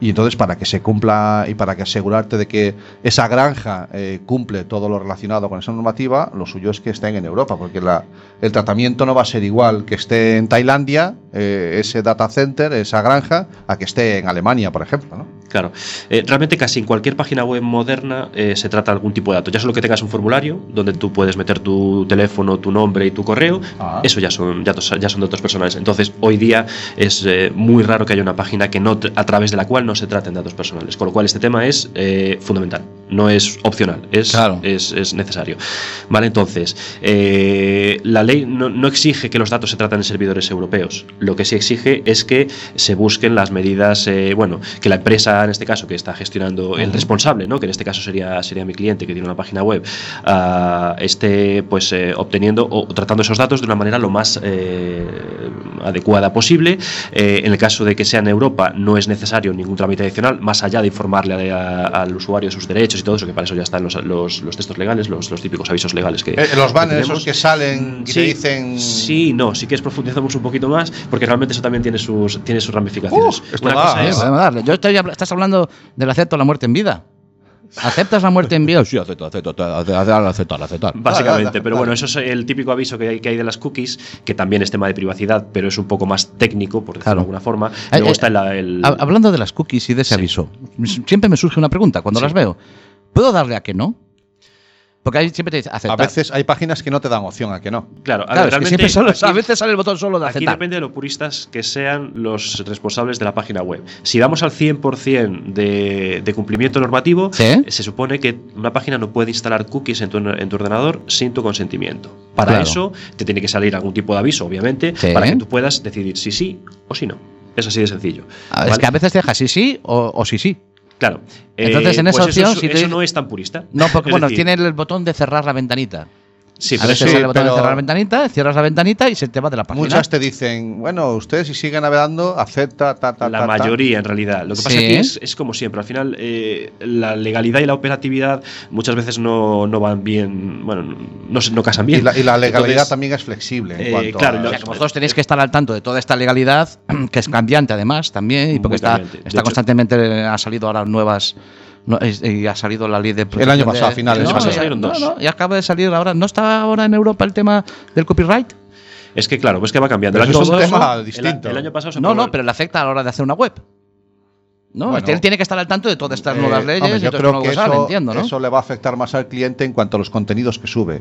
S2: Y entonces para que se cumpla y para que asegurarte de que esa granja eh, cumple todo lo relacionado con esa normativa, lo suyo es que estén en Europa, porque la- el tratamiento no va a ser igual que esté en Tailandia, eh, ese data center, esa granja, a que esté en Alemania, por ejemplo. ¿no?
S5: Claro. Eh, realmente casi en cualquier página web moderna eh, se trata algún tipo de datos. Ya solo que tengas un formulario donde tú puedes meter tu teléfono, tu nombre y tu correo,
S2: Ah.
S5: eso ya son, datos, ya son datos personales. Entonces, hoy día es eh, muy raro que haya una página que no, tr- a través de la cual no se traten datos personales. Con lo cual, este tema es eh, fundamental, no es opcional, es,
S3: Claro.
S5: es, es necesario. Vale, entonces, eh, la ley no, no exige que los datos se traten en servidores europeos. Lo que sí exige es que se busquen las medidas, eh, bueno, que la empresa, en este caso, que está gestionando el responsable, ¿no? que en este caso sería, sería mi cliente que tiene una página web, ah, esté pues eh, obteniendo o tratando esos datos de una manera lo más eh, adecuada posible. Eh, en el caso de que sea en Europa, no es necesario ningún trámite adicional, más allá de informarle a- al usuario de sus derechos y todo eso, que para eso ya están los, los- los textos legales, los, los típicos avisos legales que.
S2: Eh, los
S5: que
S2: banners
S5: tenemos. Mm,
S2: esos que salen y te dicen-
S5: Sí, no, si quieres profundizamos un poquito más, porque realmente eso también tiene sus, tiene sus ramificaciones.
S2: Uh, esto
S5: Una
S2: da,
S5: cosa
S2: eh,
S5: es-
S3: Podemos darle. Yo estoy habla- estás hablando del acepto a la muerte en vida. ¿Aceptas la muerte en vida? Sí, acepto, acepto, acepto, acepto, acepto, acepto.
S5: Básicamente,
S2: Vale, vale,
S5: pero
S2: vale.
S5: bueno, eso es el típico aviso que hay, que hay de las cookies, que también es tema de privacidad, pero es un poco más técnico, por decirlo
S3: Claro.
S5: de alguna forma.
S3: Eh,
S5: Luego
S3: eh,
S5: está la- el.
S3: Ha- Hablando de las cookies y de ese
S5: Sí.
S3: aviso, s- siempre me surge una pregunta cuando
S5: Sí.
S3: las veo. ¿Puedo darle a que no? Porque ahí siempre te dice
S2: A
S3: aceptar.
S2: veces hay páginas que no te dan opción a que no.
S5: claro,
S3: Claro,
S5: a ver,
S3: es que
S5: realmente
S3: siempre solo- a
S5: aquí-
S3: veces sale el botón solo de
S5: Aquí
S3: aceptar.
S5: depende de lo puristas que sean los responsables de la página web. Si vamos al 100% de, de cumplimiento normativo,
S3: Sí.
S5: se supone que una página no puede instalar cookies en tu, en tu ordenador sin tu consentimiento. Para
S3: Claro.
S5: eso te tiene que salir algún tipo de aviso, obviamente,
S3: Sí.
S5: para que tú puedas decidir si sí o si no. Es así de sencillo.
S3: Ah, Es
S5: ¿Vale?
S3: que a veces te deja sí, sí o, o sí, sí.
S5: Claro.
S3: Entonces, en esa
S5: pues eso
S3: opción,
S5: es-
S3: si te
S5: eso
S3: dice-
S5: no es tan purista.
S3: No, porque
S5: Es
S3: bueno,
S5: decir,
S3: tiene el botón de cerrar la ventanita.
S5: Sí,
S3: a
S5: pero
S3: veces
S5: eso-
S3: sale el botón
S2: pero-
S3: de cerrar la ventanita, cierras la ventanita y se te va de la página.
S2: Muchas te dicen, bueno, usted si sigue navegando, acepta, ta, ta,
S5: la
S2: ta, ta.
S5: mayoría en realidad. Lo que pasa
S3: Sí.
S5: aquí es, es como siempre. Al final, eh, la legalidad y la operatividad muchas veces no, no van bien, bueno, no, se- no casan bien.
S2: Y la, y la legalidad
S5: Entonces,
S2: también es flexible. En
S5: eh,
S2: cuanto
S5: claro,
S2: a-
S5: y
S3: O
S5: lo-
S3: sea, que vosotros tenéis que estar al tanto de toda esta legalidad, que es cambiante además también, y porque está,
S5: Completamente. De
S3: está
S5: hecho-
S3: constantemente, ha salido ahora nuevas, no, es- y ha salido la ley de... protección
S2: año
S3: de-
S2: pasado, a finales.
S5: El año
S3: No,
S5: pasado
S3: ya-
S5: salieron
S3: no,
S5: dos.
S3: no, y acaba de salir ahora, ¿no está ahora en Europa el tema del copyright?
S5: Es que claro, pues que va cambiando.
S2: Pero
S5: el
S2: eso
S5: año
S2: es un
S5: pasado-
S2: tema
S5: el-
S2: distinto.
S5: El, año pasado se
S3: No,
S5: aprobó
S3: no, pero le afecta a la hora de hacer una web. No,
S2: Bueno.
S3: él tiene que estar al tanto de todas estas
S2: Eh,
S3: nuevas leyes,
S2: hombre, yo
S3: y todo
S2: creo
S3: nuevo
S2: que
S3: que sale,
S2: eso,
S3: entiendo, ¿no?
S2: eso le va a afectar más al cliente en cuanto a los contenidos que sube,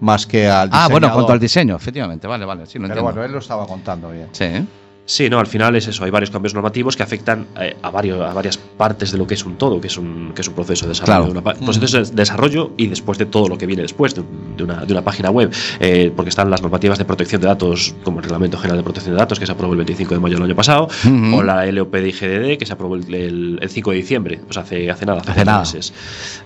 S2: más que al
S3: ah, bueno, en cuanto al
S2: diseñador.
S3: diseño, efectivamente, vale, vale, sí, lo
S2: Pero
S3: entiendo.
S2: bueno, él lo estaba contando bien.
S3: sí, ¿eh?
S5: Sí, no, al final es eso. Hay varios cambios normativos que afectan eh, a, varios, a varias partes de lo que es un todo, que es un, que es un proceso de desarrollo.
S3: Claro.
S5: de una pa- proceso de desarrollo y después de todo lo que viene después de, de una, de una página web. eh, porque están las normativas de protección de datos, como el Reglamento General de Protección de Datos, que se aprobó el 25 de mayo del año pasado,
S3: Ujú.
S5: o la LOP de IGDD, que se aprobó el, el- el 5 de diciembre, pues hace, hace nada, hace,
S3: Hace
S5: cuatro
S3: nada.
S5: meses.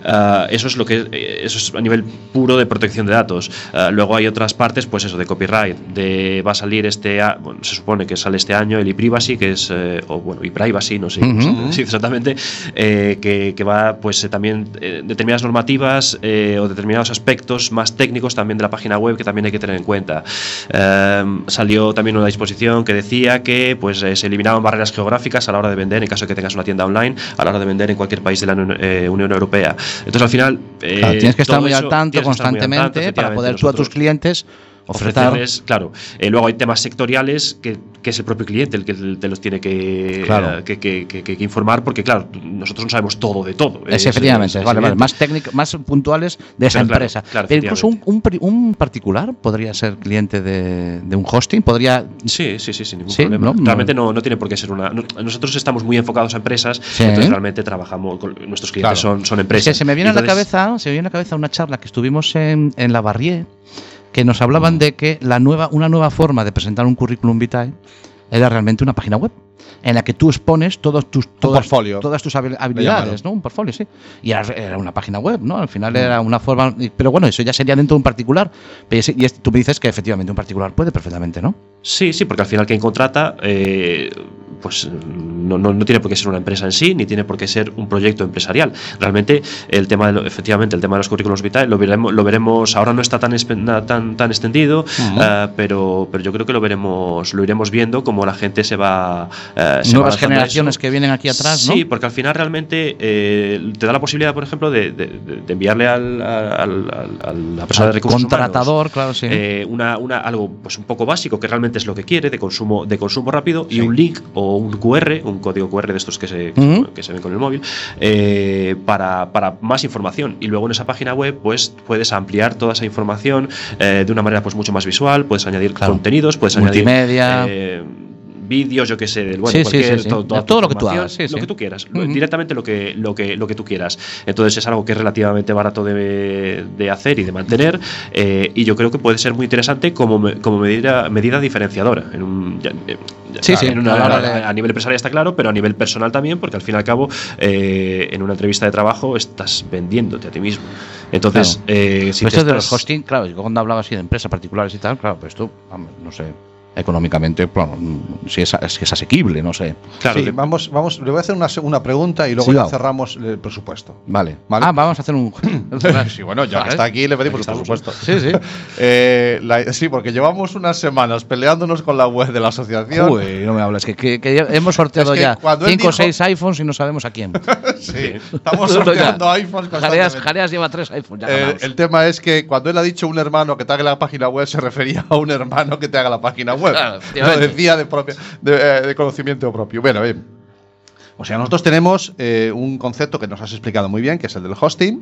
S5: Ah, eso es lo que eh, eso es a nivel puro de protección de datos. Ah, luego hay otras partes, pues eso, de copyright, de va a salir este a- bueno, se supone que sale este año el e-privacy, que es eh, o bueno, e-privacy, no sé cómo se
S3: Ujú.
S5: dice exactamente, eh, que, que va pues eh, también eh, determinadas normativas eh, o determinados aspectos más técnicos también de la página web que también hay que tener en cuenta. Em, salió también una disposición que decía que pues eh, se eliminaban barreras geográficas a la hora de vender en caso de que tengas una tienda online, a la hora de vender en cualquier país de la Unión- eh, Unión Europea. Entonces al final eh,
S3: Claro, tienes que estar
S5: todo
S3: muy
S5: eso-
S3: al tanto
S5: tienes que estar muy al
S3: constantemente
S5: tanto,
S3: para
S5: efectivamente,
S3: poder tú a tus
S5: nosotros-
S3: clientes
S5: ofrecerles, claro. Eh, luego hay temas sectoriales que, que es el propio cliente el que te los tiene que,
S3: Claro.
S5: eh, que, que- que- que informar, porque claro, nosotros no sabemos todo de todo.
S3: Es,
S5: Eh,
S3: efectivamente,
S5: es
S3: vale, vale,
S5: evidente.
S3: más técnico, más puntuales de esa
S5: Pero claro,
S3: empresa.
S5: claro,
S3: Pero incluso un, un pri- un particular podría ser cliente de, de un hosting, podría
S5: Sí, sí, sí, sin ningún
S3: Sí,
S5: problema.
S3: ¿no?
S5: Realmente no, no tiene por qué ser una. no- nosotros estamos muy enfocados a empresas,
S3: Sí.
S5: entonces realmente trabajamos. con- nuestros clientes
S3: Claro.
S5: son, son empresas.
S3: Es que se me viene a la
S5: Entonces,
S3: cabeza, se me viene a la cabeza una charla que estuvimos en, en la Barrié, que nos
S5: Mm.
S3: hablaban de que la nueva, una nueva forma de presentar un currículum vitae era realmente una página web en la que tú expones todos tus todas,
S2: portfolio.
S3: todas tus habil-
S2: llamaron.
S3: habilidades, ¿no? Un portfolio, sí. Y era, era una página web, ¿no? Al
S5: Mm.
S3: final era una forma, y- pero bueno, eso ya sería dentro de un particular. Pero ese- y es- tú me dices que efectivamente un particular puede perfectamente, ¿no?
S5: Sí, sí, porque al final quien contrata, eh, pues no, no- no tiene por qué ser una empresa en sí, ni tiene por qué ser un proyecto empresarial. Realmente, el tema, de lo- efectivamente, el tema de los currículos vitae lo veremos, lo veremos ahora no está tan, espe- na- tan, tan extendido, ah, pero, pero yo creo que lo veremos, lo iremos viendo como la gente se va. eh, se va
S3: Nuevas
S5: adaptando a
S3: generaciones
S5: eso.
S3: que vienen aquí atrás, ¿no?
S5: Sí, porque al final realmente eh, te da la posibilidad, por ejemplo, de, de- de- de enviarle al, al- al- a la persona de
S3: Al
S5: recursos humanos,
S3: contratador, claro, sí.
S5: eh, una, una- algo pues un poco básico que realmente es lo que quiere de consumo de consumo rápido y un link o un QR un código QR de estos que se,
S3: Ujú.
S5: que se ven con el móvil eh, para, para más información y luego en esa página web pues puedes ampliar toda esa información eh, de una manera pues mucho más visual puedes añadir
S3: Claro.
S5: contenidos puedes
S3: Multimedia.
S5: añadir eh, vídeos yo que sé del bueno
S3: Sí, sí,
S5: cualquier
S3: sí, sí.
S5: to- toda tu
S3: Todo lo que tú
S5: información,
S3: hagas, sí,
S5: lo
S3: sí.
S5: que tú quieras
S3: Ujú.
S5: directamente lo que lo que lo que tú quieras entonces es algo que es relativamente barato de, de hacer y de mantener eh, y yo creo que puede ser muy interesante como, me- como medida, medida diferenciadora. En un, ya- eh, ya-
S3: Sí, sí,
S5: en una-
S3: a la hora de-
S5: a nivel empresarial está claro, pero a nivel personal también, porque al fin y al cabo eh, en una entrevista de trabajo estás vendiéndote a ti mismo. Entonces, eh, si
S3: Pero
S5: te
S3: esto de
S5: estás-
S3: los hosting, claro, yo cuando hablaba así de empresas particulares y tal, claro, pues esto, vamos, no sé, económicamente, bueno, mm, si es, es que es asequible, no sé.
S5: Claro,
S2: Sí,
S5: de-
S2: vamos, vamos, le voy a hacer una segunda pregunta y luego
S3: Sí,
S2: ya
S3: va.
S2: cerramos el presupuesto.
S3: Vale.
S2: Vale.
S3: Ah, vamos a hacer un.
S2: Sí, bueno, ya que
S3: Vale.
S2: está aquí, le pedimos
S3: Aquí
S2: por
S3: estamos.
S2: supuesto.
S3: Sí, sí.
S2: Eh, la- sí, porque llevamos unas semanas peleándonos con la web de la asociación.
S3: Uy, no me hablas, que, que- que ya hemos sorteado
S2: Es que
S3: ya
S2: cuando él
S3: cinco o
S2: dijo-
S3: seis iPhones y no sabemos a quién.
S2: Sí, estamos
S3: No, no, ya.
S2: sorteando iPhones
S3: Jareas,
S2: constantemente.
S3: Jareas lleva tres iPhones. Ya
S2: Eh,
S3: ganados.
S2: el tema es que cuando él ha dicho un hermano que te haga la página web, se refería a un hermano que te haga la página web. Lo
S3: Claro, efectivamente.
S2: decía de, propia- de, eh, de conocimiento propio. Bueno, bien. O sea, nosotros tenemos eh, un concepto que nos has explicado muy bien, que es el del hosting.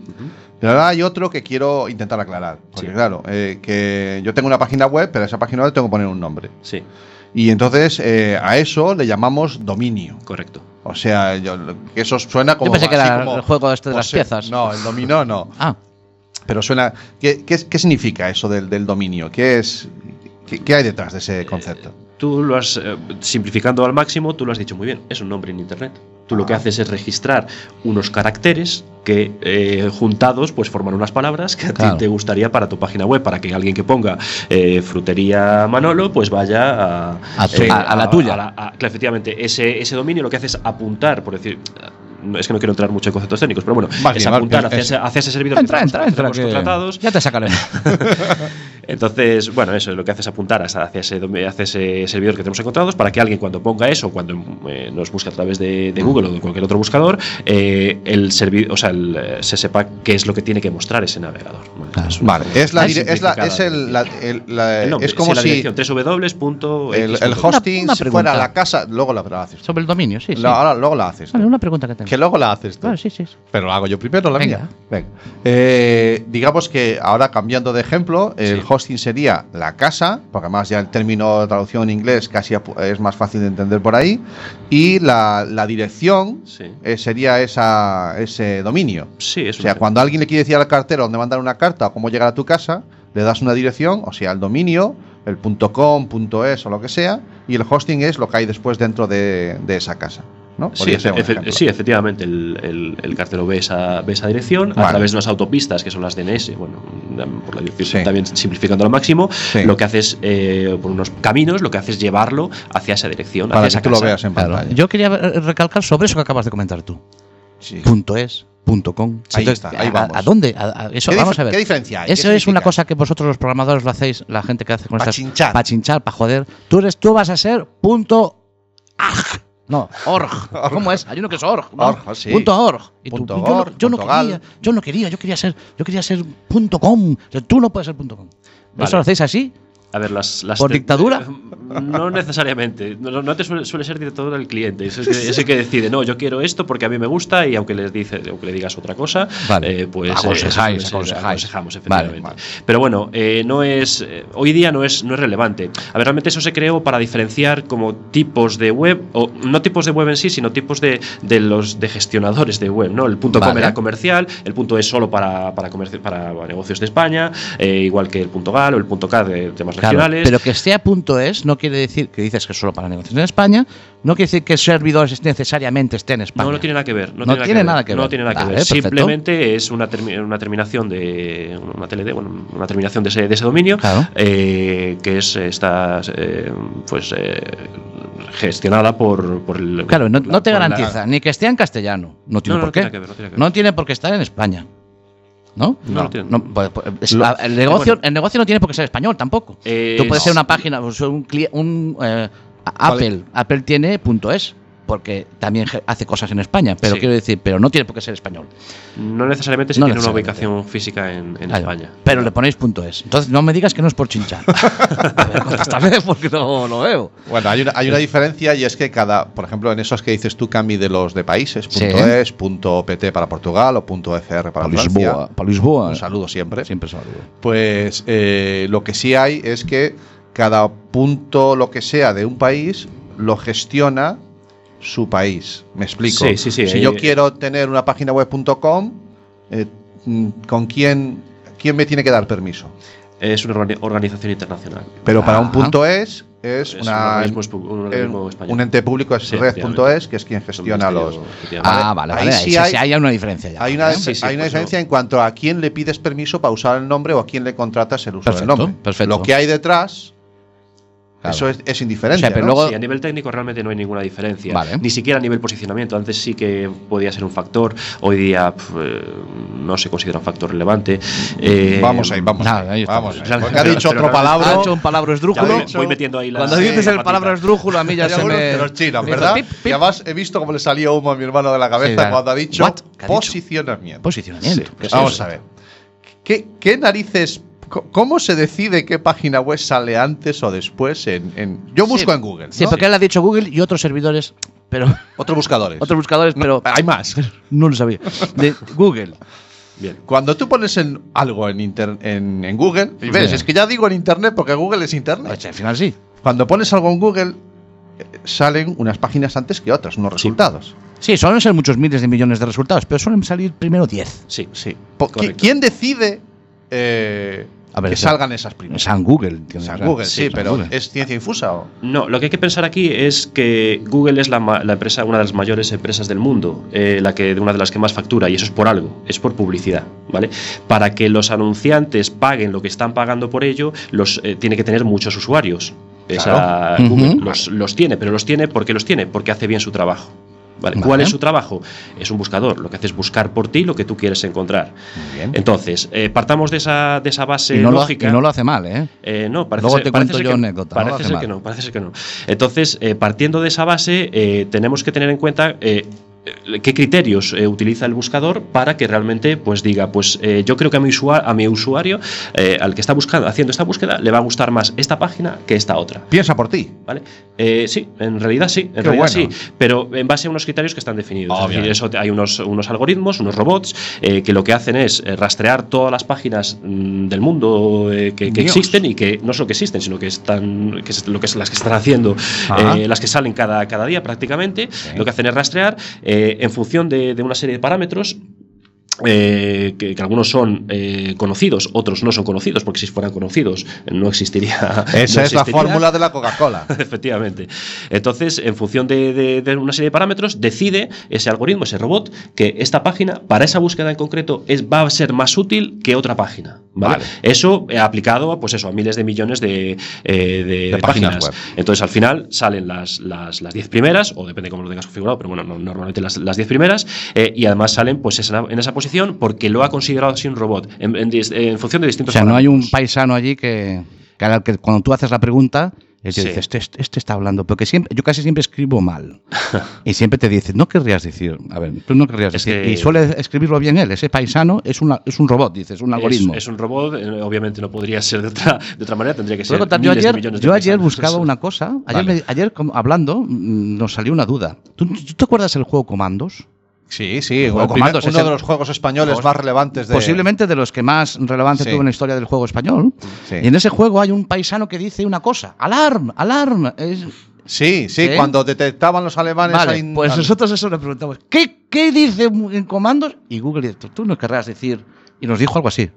S2: Pero ahora hay otro que quiero intentar aclarar. Porque, claro, eh, que yo tengo una página web, pero a esa página web tengo que poner un nombre.
S5: sí,
S2: Y entonces eh, a eso le llamamos dominio.
S5: correcto.
S2: O sea, yo, que eso suena como.
S3: pensé que
S2: así
S3: era
S2: como
S3: el juego este de las
S2: pose-
S3: piezas.
S2: No, el dominó no.
S3: Ah,
S2: Pero suena. ¿Qué, qué, qué significa eso del, del dominio? ¿Qué es. Qué, qué hay detrás de
S5: Eh,
S2: ese concepto?
S5: Tú lo has, eh, simplificando al máximo, tú lo has dicho muy bien, es un nombre en Internet. Tú
S3: Ah.
S5: lo que haces es registrar unos caracteres que eh, juntados pues forman unas palabras que a
S3: Claro.
S5: ti te gustaría para tu página web, para que alguien que ponga eh, frutería Manolo pues vaya a,
S3: A tu- a- a la tuya.
S5: la- a- claro, efectivamente, ese, ese dominio lo que hace es apuntar, por decir... no, Es que no quiero entrar mucho en conceptos técnicos, pero bueno,
S2: Más
S5: es
S2: bien,
S5: apuntar
S2: más bien,
S5: hacia, ese, hacia ese servidor
S3: entra,
S5: que
S3: entra,
S5: tenemos-
S3: entra.
S5: tenemos
S3: que
S5: contratados.
S3: Ya te sacaremos.
S5: Entonces, bueno, eso es lo que haces apuntar hasta- hacia ese, dom- hacia ese servidor que tenemos encontrados para que alguien cuando ponga eso, cuando eh, nos busque a través de, de Google o de cualquier otro buscador, eh, el servi- o sea, el, eh, se sepa qué es lo que tiene que mostrar ese navegador. Bueno,
S3: Claro.
S5: es una
S2: Vale, es la.
S5: forma
S2: dire- Es, la, es, el, la-
S5: simplificada de decir.
S2: el- la-
S5: El nombre,
S2: es como
S5: sí, la
S2: si
S5: dirección, eh, www.x.com.
S2: el, el
S3: Una-
S2: hosting
S3: una
S2: si fuera
S3: pregunta.
S2: la casa. Luego la, la haces. tú.
S3: Sobre el dominio, sí. sí.
S2: La- ahora, luego la haces. tú.
S3: Vale, una pregunta que tengo.
S2: Que luego la haces. tú.
S3: Vale, sí, sí. sí.
S2: Pero la hago yo primero, la
S3: Venga.
S2: mía. Venga. Eh, digamos que ahora cambiando de ejemplo, el
S5: Sí.
S2: hosting sería la casa, porque además ya el término de traducción en inglés casi apu- es más fácil de entender por ahí, y la, la dirección
S5: Sí.
S2: eh, sería esa, ese dominio.
S5: Sí, es
S2: O sea,
S5: una-
S2: cuando alguien le quiere decir al cartero dónde mandar una carta o cómo llegar a tu casa, le das una dirección, o sea, el dominio, el .com, .es o lo que sea, y el hosting es lo que hay después dentro de, de esa casa. ¿no?
S5: Sí,
S2: Podría ser un
S5: efe-
S2: ejemplo.
S5: sí, efectivamente, el, el, el cartero ve esa, ve esa dirección
S2: Vale.
S5: a través de unas autopistas que son las DNS, bueno, mm, por la dirección,
S2: Sí.
S5: también simplificando al máximo,
S2: Sí.
S5: lo que haces eh, por unos caminos, lo que haces es llevarlo hacia esa dirección,
S2: Para
S5: hacia
S2: que
S5: esa
S2: tú lo
S5: casa.
S2: veas en
S3: Claro.
S2: pantalla.
S3: Yo quería eh, recalcar sobre eso que acabas de comentar tú.
S2: Sí.
S3: punto es punto com.
S2: Ahí
S3: Entonces,
S2: está, ahí
S3: ¿a-
S2: vamos.
S3: ¿A, dónde? A- a- eso,
S2: ¿Qué
S3: vamos
S2: dif-
S3: a ver.
S2: qué diferencia hay? ¿Qué
S3: Eso es
S2: significa?
S3: una cosa que vosotros los programadores lo hacéis, la gente que hace con
S2: Pa'
S3: estas.
S2: chinchar.
S3: Para chinchar, para joder. Tú, eres, tú vas a ser punto aj. No, org. ¿Cómo es? Hay uno que es org. ¿no?
S2: Org, sí.
S3: Punto org. Y
S2: Punto
S3: yo, no-
S2: org,
S3: yo no
S2: punto gal.
S3: quería, yo no quería, yo quería ser, yo quería ser punto com. O sea, tú no puedes ser punto com.
S5: Vale.
S3: Eso lo hacéis así
S5: A ver, las. las
S3: ¿Por dictadura?
S5: No necesariamente. No, no te suele, suele ser dictador el cliente. Es el, que, es el que decide, no, yo quiero esto porque a mí me gusta y aunque les dice, aunque le digas otra cosa,
S3: Vale.
S5: eh, pues. eh,
S3: Aconsejáis,
S5: eso suele ser-
S3: aconsejáis.
S5: Aconsejamos,
S3: Vale,
S5: efectivamente.
S3: vale.
S5: Pero bueno, eh, no es. eh, hoy día no es, no es relevante. A ver, realmente eso se creó para diferenciar como tipos de web, o no tipos de web en sí, sino tipos de, de los de gestionadores de web, ¿no? El punto com
S3: Vale.
S5: era comercial, el punto es solo para, para, comercio- para negocios de España, eh, igual que el punto gal o el punto k de temas
S3: Claro,
S5: regionales.
S3: pero que sea punto es no quiere decir que dices que es solo para negocios en España, no quiere decir que servidores necesariamente estén en España.
S5: No, no tiene nada que ver. No,
S3: No tiene nada que ver.
S5: No tiene nada que
S3: Vale,
S5: ver.
S3: perfecto.
S5: Simplemente es una, termi- una terminación de una TLD, bueno, una terminación de ese, de ese dominio,
S3: Claro.
S5: eh, que es está eh, pues eh, gestionada por, por el.
S3: Claro, no,
S5: la-
S3: no te
S5: por la-
S3: garantiza ni que esté en castellano, no tiene
S5: No, no
S3: por qué.
S5: tiene que ver, no tiene que ver.
S3: por qué estar en España. ¿No?
S5: No, no tiene.
S3: pues, pues, es-
S5: Lo-
S3: a- el, negocio,
S5: bueno.
S3: el negocio no tiene por qué ser español tampoco.
S5: Eh,
S3: Tú puedes
S5: no.
S3: ser una página, o sea, un, cli- un, eh, a-
S2: Vale.
S3: Apple. Apple tiene punto .es porque también ge- hace cosas en España, pero
S5: Sí.
S3: quiero decir, pero no tiene por qué ser español.
S5: No necesariamente si
S3: No
S5: tiene una
S3: necesariamente.
S5: ubicación física en, en
S3: Claro,
S5: España.
S3: Pero le ponéis punto .es. Entonces no me digas que no es por chinchar. Pero contástame porque no lo veo.
S2: Bueno, hay una, hay una diferencia y es que cada, por ejemplo, en esos que dices tú, Cami, de los de países,
S3: Sí.
S2: punto .es, punto .pt para Portugal o punto .fr para Francia,
S3: para Lisboa.
S2: un saludo siempre,
S3: Siempre saludo.
S2: pues eh, lo que sí hay es que cada punto, lo que sea de un país, lo gestiona su país. Me explico.
S5: Sí, sí, sí,
S2: si
S5: eh,
S2: yo quiero tener una página web.com, eh, mm, ¿con quién, quién me tiene que dar permiso?
S5: Es una organi- organización internacional.
S2: Pero para un
S3: Ah.
S2: punto es, es,
S5: Es un
S2: una,
S5: organismo espu- un organismo
S2: eh,
S5: español.
S2: un ente público es
S5: Sí,
S2: red.es, que es quien
S5: Es un
S2: gestiona los.
S5: ministerio, efectivamente.
S3: Ah, vale,
S2: Ahí
S3: vale.
S2: sí
S3: Ahí sí
S2: hay-
S3: hay, una diferencia ya.
S2: Hay una,
S3: ¿eh?
S5: Sí, sí,
S2: hay una
S5: pues
S2: diferencia
S5: no.
S2: en cuanto a quién le pides permiso para usar el nombre o a quién le contratas el uso
S3: Perfecto,
S2: del nombre.
S3: perfecto.
S2: Lo que hay detrás,
S3: Claro.
S2: eso es, es indiferente.
S3: O sea, pero
S2: ¿no?
S3: luego-
S5: Sí, a nivel técnico realmente no hay ninguna diferencia.
S3: Vale.
S5: Ni siquiera a nivel posicionamiento. Antes sí que podía ser un factor. Hoy día pf, eh, no se considera un factor relevante. Eh,
S2: vamos ahí, vamos.
S3: nada, ahí
S2: ahí,
S3: estamos.
S2: vamos ahí.
S5: Claro,
S2: Porque ha
S5: pero-
S2: dicho
S5: pero
S2: otro
S5: realmente-
S2: palabra.
S3: Ha hecho un palabra
S5: Ya voy,
S3: esdrújulo.
S2: dicho-
S5: voy metiendo ahí eh, la.
S3: Cuando dices
S5: la
S3: el
S5: patita.
S3: palabra esdrújulo, a mí ya
S2: Ya
S3: se
S2: uno
S3: me.
S2: de los chinos,
S3: me hizo
S2: ¿verdad?
S3: pip, pip.
S2: Y además he visto cómo le salía humo a mi hermano de la
S3: Sí,
S2: cabeza
S3: claro.
S2: cuando ha dicho
S3: What? ¿Qué ha dicho?
S2: posicionamiento.
S3: Posicionamiento. ¿qué es
S2: Vamos
S3: eso?
S2: a ver. ¿Qué, qué narices? co- ¿Cómo se decide qué página web sale antes o después? En, en- yo busco
S3: Sí,
S2: en Google.
S3: Sí,
S2: ¿no?
S3: porque él ha dicho Google y otros servidores, pero.
S2: Otros buscadores.
S3: otros buscadores, pero.
S2: Hay más.
S3: No lo sabía. De Google.
S5: Bien.
S2: Cuando tú pones en algo en, inter- en, en Google, y ves,
S3: Sí.
S2: es que ya digo en Internet porque Google es Internet.
S3: Oye, al final sí.
S2: Cuando pones algo en Google, eh, salen unas páginas antes que otras, unos resultados.
S3: Sí, suelen ser muchos miles de millones de resultados, pero suelen salir primero 10.
S5: Sí, sí.
S2: Po- ¿qui-
S5: correcto.
S2: ¿Quién decide eh,
S3: A ver,
S2: que
S3: eso-
S2: salgan esas primeras?
S3: San Google.
S2: O
S3: tiene
S2: sea,
S3: que ser.
S2: Google, sí,
S3: San
S2: pero
S3: Google.
S2: ¿es ciencia infusa o?
S5: No, lo que hay que pensar aquí es que Google es la, ma- la empresa, una de las mayores empresas del mundo, eh, la que, una de las que más factura, y eso es por algo, es por publicidad, ¿vale? Para que los anunciantes paguen lo que están pagando por ello, los eh, tiene que tener muchos usuarios. Esa
S3: Ujú.
S5: Google los, los tiene, pero los tiene porque los tiene, porque hace bien su trabajo. ¿vale?
S3: Vale.
S5: ¿Cuál es su trabajo? Es un buscador. Lo que hace es buscar por ti lo que tú quieres encontrar. Entonces, eh, partamos de esa, de esa base
S3: Y no, lo,
S5: lógica.
S3: y no lo hace mal, ¿eh?
S5: Eh, no, parece
S3: Luego
S5: ser,
S3: te
S5: parece
S3: cuento
S5: ser
S3: yo
S5: que,
S3: anécdota, no lo
S5: Parece
S3: hace
S5: ser
S3: mal.
S5: que no, parece ser que no. Entonces, eh, partiendo de esa base, eh, tenemos que tener en cuenta eh, eh, qué criterios eh, utiliza el buscador para que realmente pues diga, pues eh, yo creo que a mi, usua- a mi usuario, eh, al que está buscando, haciendo esta búsqueda, le va a gustar más esta página que esta otra.
S2: Piensa por ti.
S5: ¿Vale? Eh, sí, en realidad sí, en
S2: Qué
S5: realidad
S2: bueno. Ah,
S5: sí, pero en base a unos criterios que están definidos. Es decir,
S2: Obviamente.
S5: eso te- hay unos, unos algoritmos, unos robots, eh, que lo que hacen es eh, rastrear todas las páginas mm, del mundo eh, que, que
S3: Dios.
S5: existen y que no solo que existen, sino que están, que es lo que es, las que están haciendo,
S2: Ah.
S3: Ajá.
S5: eh, las que salen cada, cada día prácticamente, lo que hacen es rastrear eh, en función de, de una serie de parámetros. eh, que, que algunos son eh, conocidos, otros no son conocidos, porque si fueran conocidos no existiría.
S2: Esa
S5: no
S2: es la
S5: existiría.
S2: fórmula de la Coca-Cola.
S5: Efectivamente. Entonces, en función de, de- de una serie de parámetros, decide ese algoritmo, ese robot, que esta página, para esa búsqueda en concreto, es, va a ser más útil que otra página. ¿vale?
S2: Vale.
S5: Eso eh, aplicado a, pues eso, a miles de millones de, eh, de- de
S2: páginas
S5: páginas.
S2: web.
S5: Entonces, al final salen las 10 las, las 10 primeras, o depende cómo lo tengas configurado, pero bueno, no- normalmente las 10 primeras, eh, y además salen pues esa- en esa posición porque lo ha considerado así un robot, en, en dis- en función de
S3: O
S5: distintos
S3: sea, no hay un
S5: parámetros.
S3: paisano allí que, que, al que cuando tú haces la pregunta, El que
S5: Sí.
S3: dice, este, este- este está hablando, porque siempre, yo casi siempre escribo mal. y siempre te dice, no querrías decir, a ver, tú no querrías
S5: Es
S3: decir.
S5: que-
S3: Y suele escribirlo bien él, ese paisano es, una- es un robot, dice, es un algoritmo.
S5: Es, es un robot, eh, obviamente no podría ser de otra, de otra manera, tendría que
S3: Te voy
S5: ser.
S3: a contar, yo
S5: miles de
S3: ayer,
S5: millones de
S3: yo ayer
S5: personas.
S3: buscaba una cosa, ayer,
S5: Vale.
S3: me- ayer como hablando mm, nos salió una duda. ¿Tú, tú te acuerdas el juego Comandos?
S2: Sí, sí, Pues el
S3: Juego
S2: primer-
S3: Comandos es
S2: uno
S3: el-
S2: de los juegos españoles
S3: Juegos-
S2: más relevantes de
S3: Posiblemente de los que más relevancia
S2: Sí.
S3: tuvo en la historia del juego español.
S2: Sí.
S3: Y en ese juego hay un paisano que dice una cosa, alarm, alarm. Es-
S2: Sí, sí,
S3: ¿Eh?
S2: cuando detectaban los alemanes
S3: Vale,
S2: ahí-
S3: pues
S2: al-
S3: nosotros eso le preguntamos, ¿qué, qué dice en Comandos? Y Google dice, tú no querrás decir... Y nos dijo algo así.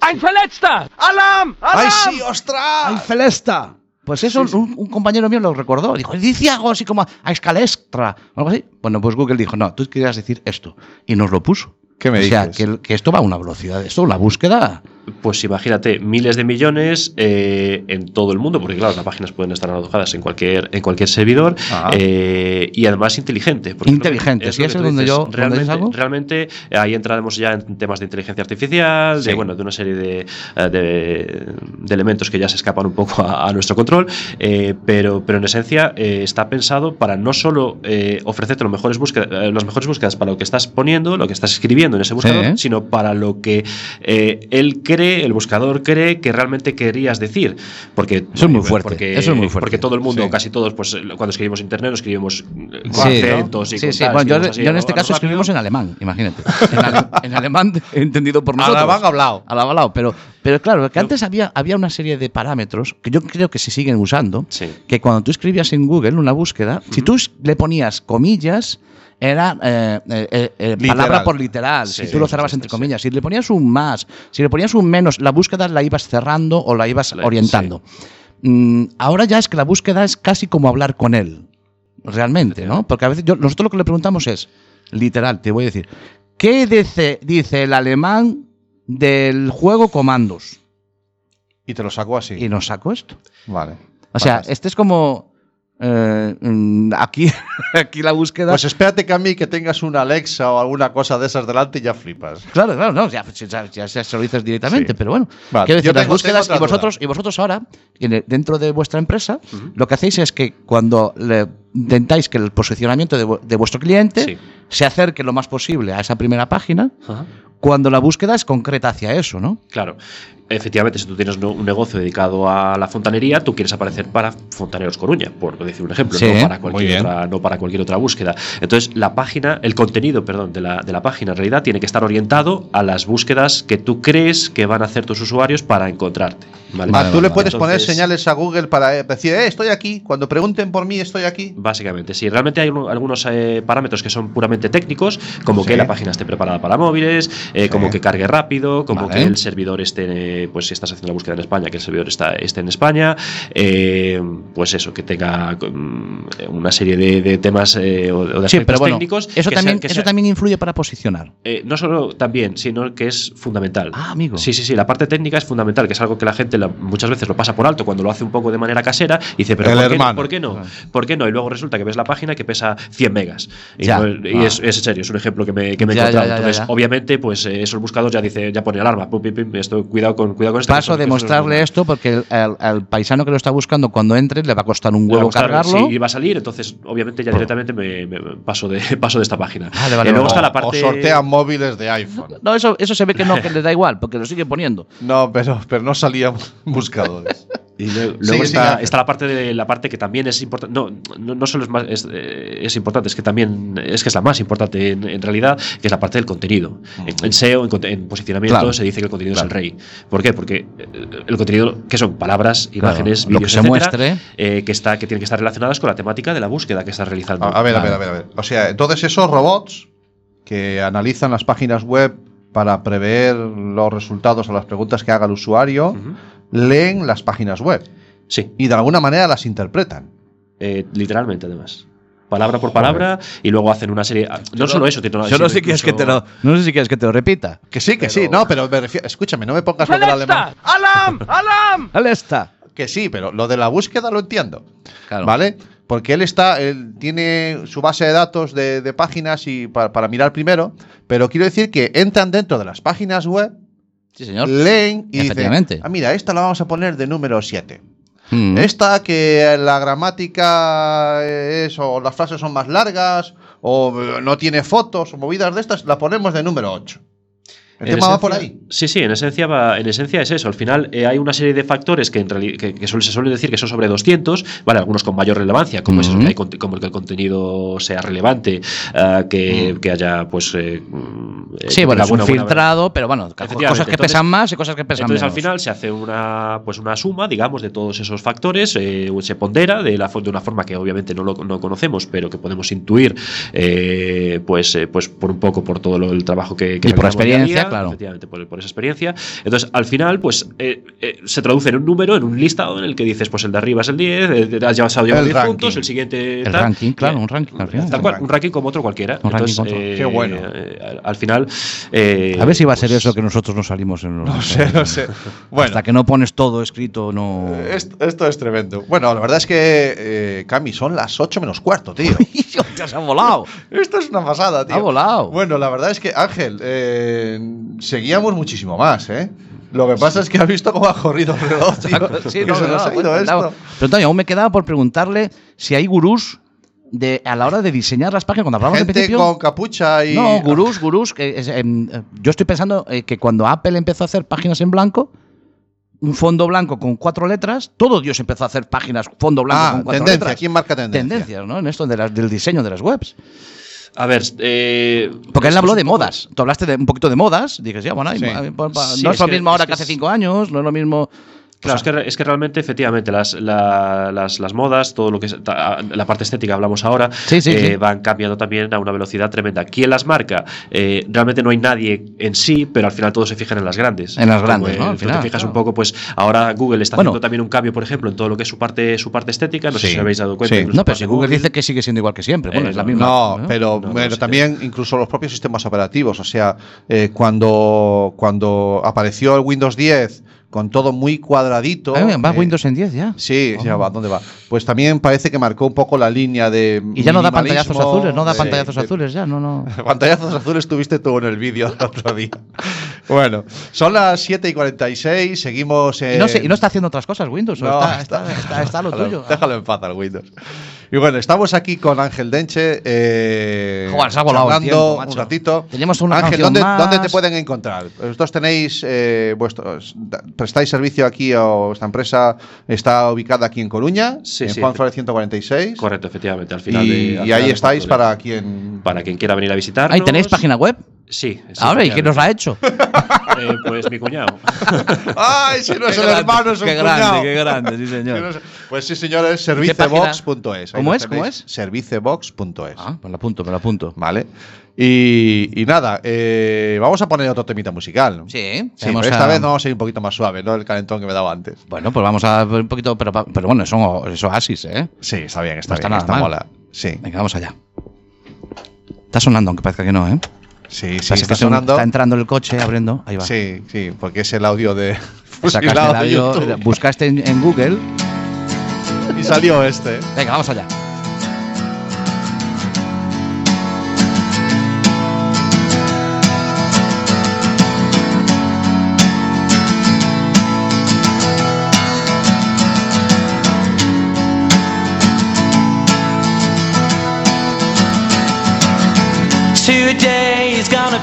S2: ¡Ay, sí, ostras!
S3: ¡Ay, Celesta! Ah. Pues eso un, un compañero mío lo recordó. Dijo, dice algo así como a escalestra o algo así. Bueno, pues Google dijo, no, tú querías decir esto. Y nos lo puso.
S2: ¿Qué me
S3: o sea,
S2: dices?
S3: que, el- que esto va a una velocidad, esto, la búsqueda.
S5: Pues imagínate, miles de millones eh, en todo el mundo, porque claro, las páginas pueden estar alojadas en cualquier, en cualquier servidor
S2: Ah.
S5: eh, y además inteligente. porque
S3: Inteligente,
S5: es
S3: sí,
S5: lo que
S3: es
S5: tú
S3: donde yo- donde
S5: Realmente,
S3: dices algo.
S5: realmente, eh, ahí entraremos ya en temas de inteligencia artificial,
S2: Sí.
S5: de, bueno, de una serie de, eh, de- de elementos que ya se escapan un poco a, a nuestro control, eh, pero, pero en esencia eh, está pensado para no solo eh, ofrecerte los mejores búsqueda- eh, las mejores búsquedas para lo que estás poniendo, lo que estás escribiendo en ese buscador,
S3: ¿eh?
S5: sino para lo que eh, él cree, el buscador cree que realmente querías decir. Porque,
S3: Eso es muy fuerte,
S5: Porque,
S3: eso es muy fuerte.
S5: porque todo el mundo,
S2: Sí.
S5: casi todos, pues eh, cuando escribimos internet, lo escribimos eh, con
S3: Sí,
S5: acentos y
S3: sí,
S5: con
S3: sí.
S5: tal,
S3: Bueno, yo,
S5: escribimos así
S3: yo en
S5: a-
S3: este
S5: a lo
S3: caso
S5: rápido.
S3: escribimos en alemán, imagínate. En, ale- en alemán entendido por nosotros.
S2: Alamán hablado.
S3: Alabalao, pero, pero claro, que antes había, había una serie de parámetros que yo creo que se siguen usando,
S5: Sí.
S3: que cuando tú escribías en Google una búsqueda, si tú es- le ponías comillas, era eh, eh, eh, eh,
S2: Literal.
S3: palabra por literal,
S5: Sí,
S3: si tú lo
S5: sí,
S3: cerrabas
S5: sí,
S3: entre
S5: sí.
S3: comillas, si le ponías un más, si le ponías un menos, la búsqueda la ibas cerrando o la ibas
S5: La-
S3: orientando. Mm, ahora ya es que la búsqueda es casi como hablar con él, realmente, ¿no? Porque a veces yo- nosotros lo que le preguntamos es, literal, te voy a decir, ¿qué dice, dice el alemán del juego comandos?
S2: Y te lo sacó así.
S3: Y nos sacó esto.
S2: Vale.
S3: O sea,
S2: Vale.
S3: este es como. eh, mm, aquí, aquí la búsqueda.
S2: Pues espérate que a mí que tengas una Alexa o alguna cosa de esas delante y ya flipas.
S3: claro, claro, no, ya, pues, ya- ya se lo dices directamente,
S2: Sí.
S3: pero bueno.
S2: Vale,
S3: Quiero decir,
S2: yo
S3: las
S2: tengo-
S3: búsquedas
S2: tengo
S3: y
S2: otra
S3: vosotros, y vosotros ahora, en el- dentro de vuestra empresa, lo que hacéis es que cuando le intentáis que el posicionamiento de, vu- de vuestro cliente
S5: Sí.
S3: se acerque lo más posible a esa primera página,
S5: Ajá.
S3: cuando la búsqueda es concreta hacia eso, ¿no?
S5: Claro, efectivamente, si tú tienes no- un negocio dedicado a la fontanería, tú quieres aparecer para Fontaneros Coruña, por decir un ejemplo,
S3: Sí,
S5: no, para
S2: muy bien.
S5: cualquier otra, no para cualquier otra búsqueda. Entonces, la página, el contenido, perdón, de la, de la página en realidad tiene que estar orientado a las búsquedas que tú crees que van a hacer tus usuarios para encontrarte. ¿vale?
S2: Ah, tú le puedes poner
S5: Entonces,
S2: señales a Google para eh, decir, eh, estoy aquí, cuando pregunten por mí, estoy aquí.
S5: Básicamente, sí. Realmente hay uno- algunos eh, parámetros que son puramente técnicos, como
S2: Sí.
S5: que la página esté preparada para móviles, eh,
S2: Sí.
S5: como que cargue rápido, como
S3: Vale.
S5: que el servidor esté, eh, pues si estás haciendo la búsqueda en España, que el servidor está, esté en España, eh, pues eso, que tenga mm, una serie de, de temas eh, o, o de aspectos técnicos.
S3: eso,
S5: que
S3: también,
S5: sea- que
S3: eso
S5: sea-
S3: también influye para posicionar.
S5: eh, no solo también, sino que es fundamental.
S3: Ah, amigo.
S5: Sí, sí, sí, la parte técnica es fundamental, que es algo que la gente la- muchas veces lo pasa por alto cuando lo hace un poco de manera casera y dice, pero
S2: El
S5: ¿por, qué,
S2: hermano.
S5: no? ¿por qué no?
S3: Ah.
S5: ¿Por qué no? Y luego resulta que ves la página que pesa 100 megas. Y,
S3: Ya.
S5: no- y
S3: Ah.
S5: es, es en serio, es un ejemplo que me, que me he
S3: Ya, ya,
S5: encontrado.
S3: ya, ya,
S5: Entonces,
S3: ya.
S5: obviamente, pues eh, esos buscadores ya dice, ya pone alarma, pum, pim, pim, esto, cuidado con, cuidado con este esto.
S3: Paso de mostrarle
S5: esto
S3: esto porque el- al- al paisano que lo está buscando cuando entre le va a costar un huevo cargarlo. Oh.
S5: Sí, iba a salir, entonces obviamente ya directamente me, me paso, de, paso de esta página.
S3: Ah, Vale, vale,
S5: y luego
S3: vale.
S5: está la
S2: O
S5: parte...
S2: sortean móviles de iPhone.
S3: No, eso, eso se ve que no, que le da igual, porque lo sigue poniendo.
S2: No, pero, pero no salían buscadores.
S5: Y lue- luego,
S2: Sigue, sigue,
S5: está,
S2: Ángel.
S5: está la parte de la parte que también es importante. No, no, no solo es, más, es, eh, es importante, es que también es que es la más importante en, en realidad, que es la parte del contenido. En, en SEO, en, conte- en posicionamiento,
S3: Mm. Claro.
S5: se dice que el contenido
S3: Claro.
S5: es el rey. ¿Por qué? Porque eh, el contenido, que son palabras, imágenes,
S3: lo que
S5: vídeos,
S3: se
S5: etcétera,
S3: muestre.
S5: eh, que está, que tienen que estar relacionadas con la temática de la búsqueda que estás realizando.
S2: A, a ver, a ver, a ver, a ver. O sea, entonces esos robots que analizan las páginas web para prever los resultados a las preguntas que haga el usuario,
S5: Ujú.
S2: leen las páginas web
S5: Sí,
S2: y de alguna manera las interpretan.
S5: eh, literalmente además. Palabra por palabra, y luego hacen una serie. ah, No solo eso, tiene-
S3: Yo no
S5: sino
S3: sé, quieres que
S5: incluso-
S3: te lo, no sé si quieres que te lo repita.
S2: Que sí, que sí, no, pero me refiero- escúchame, no me pongas lo del alemán.
S3: Él está.
S2: Que sí, pero lo de la búsqueda lo entiendo.
S3: Claro.
S2: ¿Vale? Porque él está, él tiene su base de datos de, de páginas y pa- para, mirar primero, pero quiero decir que entran dentro de las páginas web,
S3: Sí, señor.
S2: leen y dicen,
S3: Efectivamente.
S2: ah, mira, esta la vamos a poner de número 7.
S3: Mm.
S2: Esta que la gramática es o las frases son más largas o eh, no tiene fotos o movidas de estas, la ponemos de número 8. El
S5: En
S2: tema va
S5: esencia-
S2: por ahí.
S5: Sí, sí, en esencia, va- en esencia es eso. Al final eh, hay una serie de factores que, en reali- que, que suele- se suelen decir que son sobre 200, vale, algunos con mayor relevancia, como, es eso,
S3: Ujú.
S5: que hay conte- como el que el contenido sea relevante, ah, que, que haya pues... eh, mm, eh,
S3: Mm. Sí,
S5: una
S3: bueno, es un
S5: buena- buena-
S3: filtrado, pero bueno,
S5: Efectivamente,
S3: cosas que
S5: entonces-
S3: pesan más y cosas que pesan
S5: Entonces,
S3: menos.
S5: al final se hace una, pues una suma, digamos, de todos esos factores, eh, se pondera de, la, fo- de una forma que obviamente no, lo, no conocemos, pero que podemos intuir, eh, pues, eh, pues por un poco por todo lo- el trabajo que, que
S3: Y por
S5: realizamos día a
S3: experiencia,
S5: día,
S3: claro.
S5: Efectivamente, por, por esa experiencia. Entonces, al final, pues eh, eh, se traduce en un número, en un listado en el que dices, pues el de arriba es el 10, eh, te has llevado- has llevado
S2: El
S5: 10 puntos,
S2: ranking.
S5: el siguiente. Eh,
S3: El ranking, claro, un ranking, al final.
S5: Tal cual, un ranking como otro cualquiera.
S3: Un ranking
S5: Entonces,
S3: como otro.
S5: eh,
S2: Qué bueno.
S5: eh, al- al final. eh,
S3: a ver si va a ser
S5: pues,
S3: eso que nosotros no salimos en los.
S2: No sé, no sé. Bueno,
S3: Hasta que no pones todo escrito, no.
S2: Eh, esto, esto es tremendo. Bueno, la verdad es que, eh, Cami, son las 8 menos cuarto, tío.
S3: ¡Ya se ha volado!
S2: Esto es una pasada, tío.
S3: Ha volado.
S2: Bueno, la verdad es que, Ángel, eh, seguíamos muchísimo más, ¿eh? Lo que pasa es que has visto cómo ha corrido el reloj, tío.
S3: Sí,
S2: que
S3: no,
S2: se
S3: no,
S2: nos
S3: no,
S2: ha ido
S3: bueno,
S2: esto.
S3: andaba. Pero Antonio, aún me quedaba por preguntarle si hay gurús de, a la hora de diseñar las páginas cuando hablamos de
S2: Gente
S3: principio.
S2: con capucha y.
S3: No, gurús, gurús. que es, em, eh, yo estoy pensando eh, que cuando Apple empezó a hacer páginas en blanco, un fondo blanco con cuatro letras, todo Dios empezó a hacer páginas fondo blanco
S2: Ah,
S3: con cuatro
S2: tendencia.
S3: letras.
S2: ¿Quién marca tendencia?
S3: Tendencias, ¿no? En esto de las- del diseño de las webs.
S5: A ver, eh,
S3: Porque él
S5: es-
S3: habló
S5: es-
S3: de modas. Tú hablaste de un poquito de modas. Dices, ya, bueno, hay-
S2: Sí.
S3: hay- pa- pa-
S5: Sí,
S3: no es,
S5: es
S3: lo
S5: que-
S3: mismo
S5: es
S3: ahora
S5: que
S3: que hace
S5: es-
S3: cinco años, no es lo mismo.
S5: Claro,
S3: O sea,
S5: es, que, es que realmente, efectivamente, las, la- las, las modas, todo lo que es ta- la parte estética hablamos ahora,
S3: Sí, sí,
S5: eh,
S3: sí.
S5: van cambiando también a una velocidad tremenda. ¿Quién las marca? Eh, realmente no hay nadie en sí, pero al final todos se fijan en las grandes.
S3: En las
S5: Como
S3: grandes,
S5: el-
S3: ¿no? Al
S5: tú
S3: final,
S5: te fijas
S3: claro.
S5: un poco, pues ahora Google está
S3: Bueno.
S5: haciendo también un cambio, por ejemplo, en todo lo que es su parte, su parte estética. No sé
S2: Sí,
S5: si os habéis dado cuenta.
S2: sí.
S5: incluso
S3: No, pero si
S5: parte
S3: Google dice que sigue siendo igual que siempre. Bueno,
S5: Eh,
S3: es la
S5: no,
S3: misma.
S2: No,
S3: ¿no?
S2: pero
S5: No, no,
S2: bueno,
S5: sí.
S2: también incluso los propios sistemas operativos. O sea, eh, cuando, cuando apareció el Windows 10 con todo muy cuadradito.
S3: Ah, va
S2: eh,
S3: Windows en 10 ya.
S2: Sí,
S3: Oh.
S2: ya va, ¿dónde va? Pues también parece que marcó un poco la línea de.
S3: Y ya no da
S2: minimalismo,
S3: pantallazos azules, no da
S2: de-
S3: pantallazos
S2: de-
S3: azules ya, no, no.
S2: Pantallazos azules tuviste tú en el vídeo el otro día. bueno, son las 7 y 46, seguimos.
S3: Y no, sé-
S2: en-
S3: y no está haciendo otras cosas Windows, o
S2: Eh, No,
S3: está, Pues está, está- está lo
S2: déjalo-
S3: tuyo.
S2: Déjalo en paz al Windows. Y bueno, estamos aquí con Ángel Denche. Eh,
S3: Joder, se ha volado el
S2: charlando
S3: tiempo, macho.
S2: un ratito.
S3: Tenemos una
S2: Ángel,
S3: canción
S2: ¿dónde,
S3: más.
S2: dónde te pueden encontrar? Vosotros tenéis eh, vuestros. da- ¿Prestáis servicio aquí o esta empresa está ubicada aquí en Coruña?
S5: Sí,
S2: en
S5: sí,
S2: Juan
S5: efe-
S2: Flores 146.
S5: Correcto, efectivamente. Al
S2: Y,
S5: final de- al
S2: y ahí
S5: final de
S2: estáis
S5: factores.
S2: para quien.
S5: Para quien quiera venir a visitar.
S3: Ahí tenéis página web.
S5: Sí. sí,
S3: Ahora, ¿y quién os la ha hecho?
S5: Eh, Pues mi cuñado.
S2: ¡Ay, si no es
S3: Qué
S2: el
S3: grande,
S2: hermano, es un
S3: Qué grande,
S2: cuñado!
S3: qué grande, sí,
S2: Si no
S3: señor.
S2: es- Pues sí, señores,
S3: ¿Qué
S2: servicebox.es.
S3: página?
S2: Ahí
S3: ¿Cómo
S2: lo
S3: es? ¿Cómo
S2: tenéis,
S3: es?
S2: Servicebox.es.
S3: Ah, me lo apunto, me lo apunto.
S2: Vale. Y, y nada, eh, vamos a poner otro temita musical.
S3: Sí, pues
S2: Sí,
S3: tenemos
S2: pero esta
S3: a-
S2: vez vamos a ir un poquito más suave, ¿no? El calentón que me daba antes.
S3: Bueno, pues vamos a ver un poquito, pero, pa- pero bueno, son es Oasis, ¿eh?
S2: Sí, está bien, está
S3: No está
S2: bien,
S3: nada
S2: está
S3: mal.
S2: mola. Sí,
S3: Venga, vamos allá. Está sonando, aunque parezca que no, ¿eh?
S2: sí, sí,
S3: Parece que
S2: está
S3: se-
S2: sonando.
S3: Está entrando el coche, abriendo, ahí va.
S2: Sí, sí, porque es el audio de
S3: Sacaste el
S2: fusilado de
S3: audio,
S2: YouTube.
S3: eh, buscaste en- en Google.
S2: y salió este.
S3: Venga, vamos allá.
S6: Today is gonna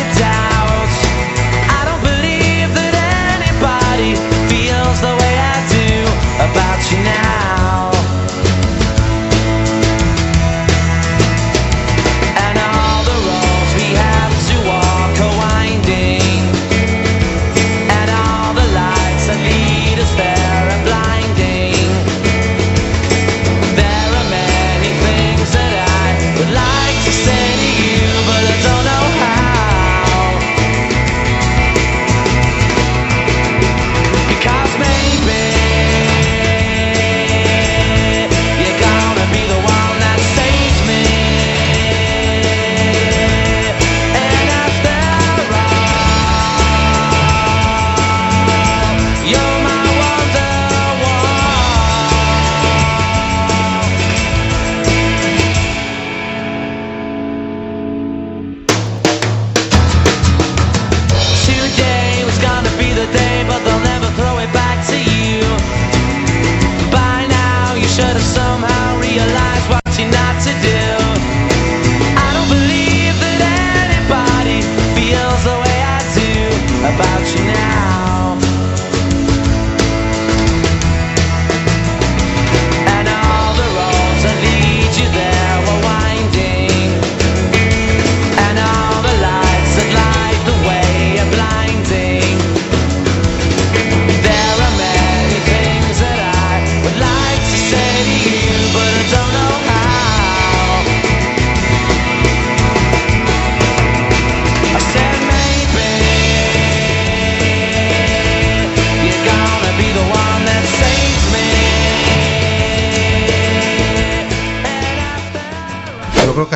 S6: a doubt. I don't believe that anybody feels the way I do about you now. And all the roads we have to walk are winding, and all the lights that lead us there are blinding. There are many things that I would like to say to you, but I don't know how.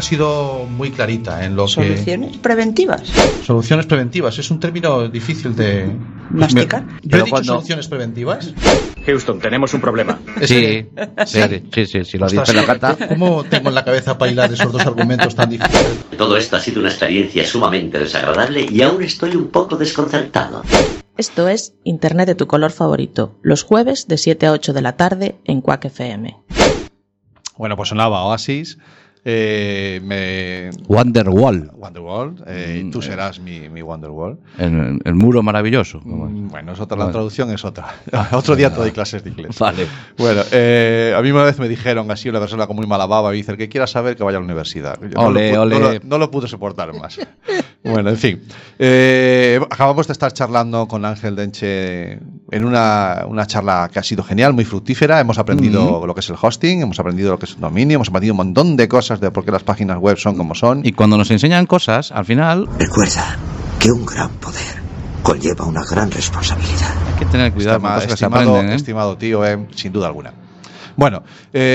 S2: sido muy clarita en lo que.
S8: Soluciones preventivas.
S2: Soluciones preventivas. Es un término difícil de.
S8: Masticar.
S2: Yo he
S3: Pero
S2: dicho
S3: cuando-
S2: soluciones preventivas.
S7: Houston, tenemos un problema.
S3: Sí, sí, sí, sí, sí, lo dice la carta.
S2: ¿Cómo tengo en la cabeza para hilar esos dos argumentos tan difíciles?
S9: Todo esto ha sido una experiencia sumamente desagradable y aún estoy un poco desconcertado.
S1: Esto es Internet de tu color favorito, los jueves de 7 a 8 de la tarde en Quack FM.
S2: Bueno, pues sonaba Oasis. eh, me.
S3: Wonderwall,
S2: Wonderwall, eh,
S3: Mm,
S2: tú
S3: eh.
S2: serás mi, mi Wonderwall.
S3: el, el muro maravilloso.
S2: Mm, Bueno, es otra, la
S3: Vale.
S2: traducción es otra. Otro día te doy clases de inglés.
S3: Vale.
S2: Bueno, eh, a mí una vez me dijeron así, una persona con muy mala baba, me dice, el que quiera saber que vaya a la universidad. Yo
S3: Ole,
S2: no, lo, pu-
S3: ole.
S2: No, lo, no lo pude soportar más. bueno, en fin. Eh, acabamos de estar charlando con Ángel Denche en una, una charla que ha sido genial, muy fructífera. Hemos aprendido lo que es el hosting, hemos aprendido lo que es un dominio, hemos aprendido un montón de cosas de por qué las páginas web son como son.
S3: Y cuando nos enseñan cosas, al final
S9: Recuerda que un gran poder conlleva una gran responsabilidad.
S3: hay que tener cuidado con
S2: Estima-
S3: cosas que se
S2: estimado,
S3: aprenden. ¿eh?
S2: estimado tío, eh, sin duda alguna. Bueno,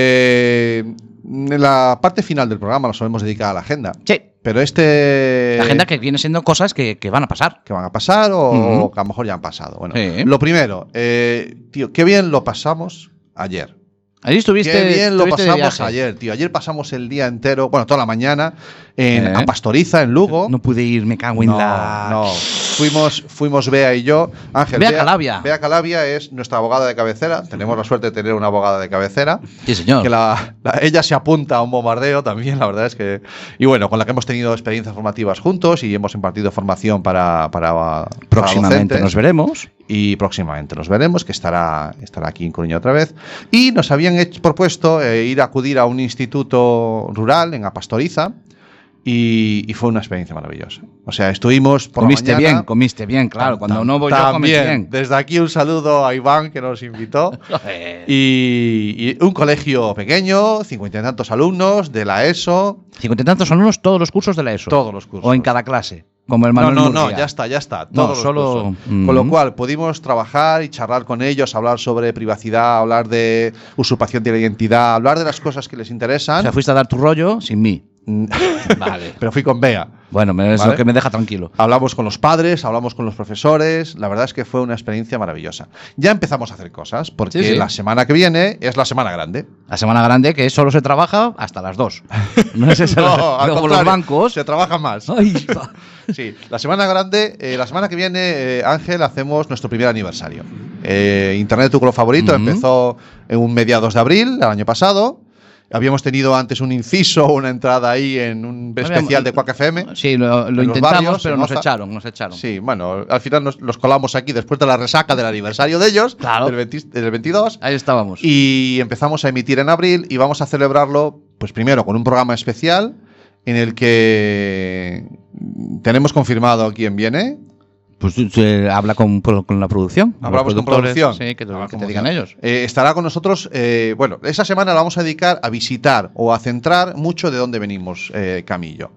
S2: eh, en la parte final del programa nos solemos dedicar a la agenda.
S3: Sí,
S2: Pero este.
S3: la agenda que viene siendo cosas que, que van a pasar.
S2: que van a pasar o,
S3: Ujú.
S2: o que a lo mejor ya han pasado. Bueno,
S3: Sí.
S2: lo primero, eh, tío, qué bien lo pasamos ayer.
S3: Allí
S2: Qué
S3: estuviste.
S2: bien lo
S3: estuviste de
S2: pasamos
S3: viaje.
S2: ayer, tío. Ayer pasamos el día entero, bueno, toda la mañana, en
S3: Eh.
S2: a Pastoriza, en Lugo.
S3: No pude ir, me cago en
S2: No,
S3: la.
S2: no. Fuimos, fuimos Bea y yo. Ángel.
S3: Bea Calavia.
S2: Bea Calavia es nuestra abogada de cabecera. Tenemos la suerte de tener una abogada de cabecera.
S3: Sí, señor.
S2: Que la- la- ella se apunta a un bombardeo también, la verdad es que. Y bueno, con la que hemos tenido experiencias formativas juntos y hemos impartido formación para. para- para
S3: Próximamente
S2: docentes.
S3: nos veremos.
S2: Y próximamente nos veremos, que estará, estará aquí en Coruña otra vez. Y nos habían hecho- propuesto eh, ir a acudir a un instituto rural en Apastoriza. Y, y fue una experiencia maravillosa. O sea, estuvimos por la
S3: comiste
S2: mañana-
S3: bien, comiste bien, claro. Cuando
S2: Tam-
S3: no voy yo, comí
S2: también.
S3: bien.
S2: Desde aquí un saludo a Iván que nos invitó. Eh, y, y un colegio pequeño, cincuenta y tantos alumnos de la ESO.
S3: Cincuenta y tantos alumnos todos los cursos de la ESO.
S2: Todos los cursos.
S3: O en cada clase. Como el
S2: No,
S3: Manuel
S2: no, no,
S3: Murguía.
S2: ya está, ya está.
S3: No,
S2: Todos los
S3: solo-
S2: cursos.
S3: Mm.
S2: Con lo cual, pudimos trabajar y charlar con ellos, hablar sobre privacidad, hablar de usurpación de la identidad, hablar de las cosas que les
S3: O
S2: interesan.
S3: sea, fuiste a dar tu rollo sin mí.
S2: Mm,
S3: Vale.
S2: Pero fui con Bea.
S3: Bueno, me- es
S2: Vale.
S3: lo que me deja tranquilo.
S2: Hablamos con los padres, hablamos con los profesores. La verdad es que fue una experiencia maravillosa. Ya empezamos a hacer cosas, porque
S3: Sí, sí.
S2: la semana que viene es la semana grande.
S3: La semana grande que solo se trabaja hasta las 2. No es eso.
S2: al
S3: Luego los
S2: contrario,
S3: bancos.
S2: Se trabaja más.
S3: Ay, va.
S2: Sí, la semana grande, eh, la semana que viene, eh, Ángel, hacemos nuestro primer aniversario. Eh, Internet tu color favorito
S3: Ujú.
S2: empezó en un mediados de abril del año pasado. Habíamos tenido antes un inciso, una entrada ahí en un
S3: Habíamos-
S2: especial de Quack FM.
S3: Sí, lo, lo
S2: En los
S3: intentamos,
S2: barrios,
S3: pero
S2: en
S3: nos
S2: Oza.
S3: echaron, nos echaron.
S2: Sí, bueno, al final nos los colamos aquí después de la resaca del aniversario de ellos,
S3: Claro.
S2: del, 20 del 22.
S3: Ahí estábamos.
S2: Y empezamos a emitir en abril y vamos a celebrarlo, pues primero con un programa especial en el que tenemos confirmado quién viene.
S3: pues tú- tú, eh, habla con, pro- con la producción. con
S2: Hablamos
S3: los
S2: con
S3: productores.
S2: producción. Ah,
S3: Sí, que, te-
S2: Hablamos
S3: que
S2: con
S3: te digan
S2: producción.
S3: ellos.
S2: Eh, estará con nosotros, eh, bueno, esa semana la vamos a dedicar a visitar o a centrar mucho de dónde venimos, eh, Camillo.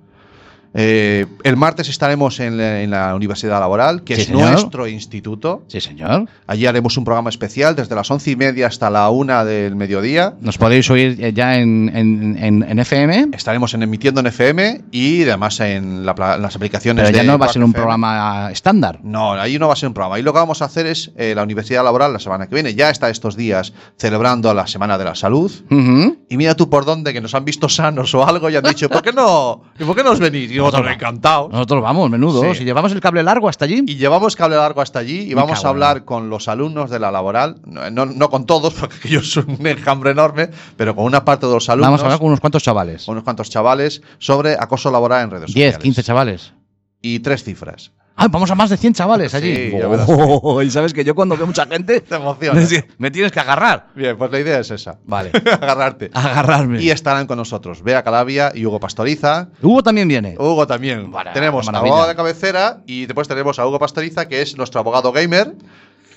S2: Eh, el martes estaremos en la, en la Universidad Laboral, que
S3: Sí,
S2: es
S3: señor.
S2: nuestro instituto.
S3: Sí, señor.
S2: Allí haremos un programa especial desde las once y media hasta la una del mediodía.
S3: Nos podéis oír eh, ya en, en- en- en FM,
S2: Estaremos en, emitiendo en FM y además en, la pla- en las aplicaciones
S3: pero ya
S2: de
S3: no va a ser un
S2: Quack FM.
S3: programa estándar.
S2: No, ahí no va a ser un programa. Ahí lo que vamos a hacer es eh, la Universidad Laboral la semana que viene. Ya está estos días celebrando la Semana de la Salud.
S3: Ujú.
S2: Y mira tú por dónde, que nos han visto sanos o algo y han dicho, ¿por qué no? ¿Y por qué no os venís? Y nosotros, encantados.
S3: Nosotros vamos, menudo.
S2: Sí.
S3: Si llevamos el cable largo hasta allí.
S2: Y llevamos cable largo hasta allí y
S3: Me
S2: vamos
S3: cago
S2: a
S3: en
S2: hablar con los alumnos de la laboral, no, no- no con todos, porque yo soy un enjambre enorme, pero con una parte de los alumnos,
S3: Vamos a hablar con unos cuantos chavales.
S2: con unos cuantos chavales, sobre acoso laboral en redes
S3: 10,
S2: sociales.
S3: 15 chavales.
S2: Y tres cifras.
S3: Ah, vamos a más de 100 chavales
S2: Sí,
S3: allí.
S2: ya verás.
S3: Oh, y sabes que yo cuando veo mucha gente,
S2: Te emocionas.
S3: me tienes que agarrar.
S2: Bien, pues la idea es esa.
S3: Vale. Ah,
S2: Agarrarte.
S3: Agarrarme.
S2: Y estarán con nosotros Bea Calavia y Hugo Pastoriza.
S3: Hugo también viene.
S2: Hugo también.
S3: Vale,
S2: tenemos
S3: una
S2: a
S3: maravilla.
S2: abogado de cabecera y después tenemos a Hugo Pastoriza, que es nuestro abogado gamer,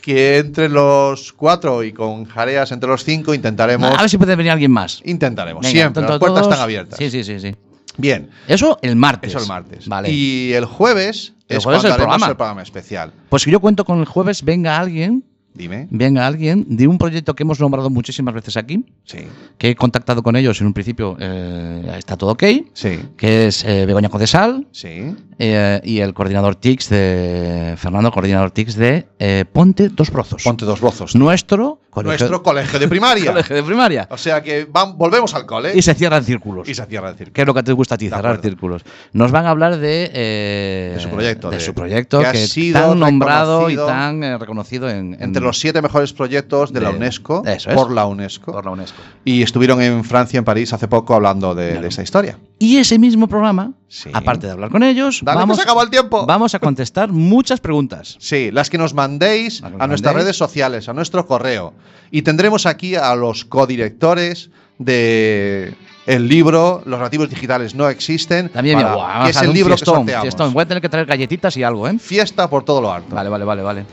S2: que entre los cuatro y con jareas entre los cinco intentaremos.
S3: a ver si puede venir alguien más.
S2: Intentaremos.
S3: Venga,
S2: Siempre.
S3: tanto
S2: Las puertas
S3: todos-
S2: están abiertas.
S3: Sí, sí, sí, sí.
S2: Bien.
S3: Eso el martes.
S2: Eso el martes.
S3: Vale.
S2: Y el jueves
S3: El
S2: es
S3: jueves
S2: cuando
S3: el
S2: haremos
S3: programa.
S2: el programa especial.
S3: Pues que yo cuento con el jueves venga alguien
S2: Dime.
S3: venga alguien de un proyecto que hemos nombrado muchísimas veces aquí,
S2: Sí.
S3: que he contactado con ellos en un principio, eh, está todo ok,
S2: Sí.
S3: que es eh, Begoña Codesal
S2: Sí.
S3: eh, y el coordinador TICS de Fernando, coordinador TICS de eh, Ponte Dos Brozos.
S2: Ponte dos brozos.
S3: Nuestro colegio-
S2: Nuestro colegio de primaria.
S3: colegio de primaria.
S2: O sea que van- volvemos al cole
S3: Y se cierran círculos.
S2: y se cierra el circo.
S3: ¿Qué es lo que te gusta a ti?
S2: De
S3: Cerrar
S2: acuerdo.
S3: círculos. Nos van a hablar de, eh,
S2: De su proyecto,
S3: De,
S2: de-
S3: su proyecto
S2: que ha
S3: que, es
S2: sido
S3: tan nombrado y
S2: reconocido
S3: tan eh, reconocido en, en-
S2: Entre los siete mejores proyectos de la
S3: de-
S2: UNESCO,
S3: eso es.
S2: por la UNESCO.
S3: por la UNESCO.
S2: Y estuvieron en Francia, en París, hace poco hablando de, de esa historia.
S3: Y ese mismo programa,
S2: Sí.
S3: aparte de hablar con ellos,
S2: Dale, que
S3: vamos,
S2: se acabó el tiempo.
S3: vamos a contestar muchas preguntas.
S2: Sí, las que nos mandéis
S3: Las que nos
S2: a nuestras
S3: mandéis.
S2: redes sociales, a nuestro correo. Y tendremos aquí a los codirectores de el libro Los nativos digitales no existen.
S3: También
S2: para-
S3: mira, guau,
S2: que
S3: vamos
S2: es
S3: a hacer
S2: el
S3: un
S2: libro
S3: fiestón,
S2: que sorteamos.
S3: fiestón. Voy a tener que traer galletitas y algo, ¿eh?
S2: Fiesta por todo lo alto.
S3: Vale, vale, vale, vale.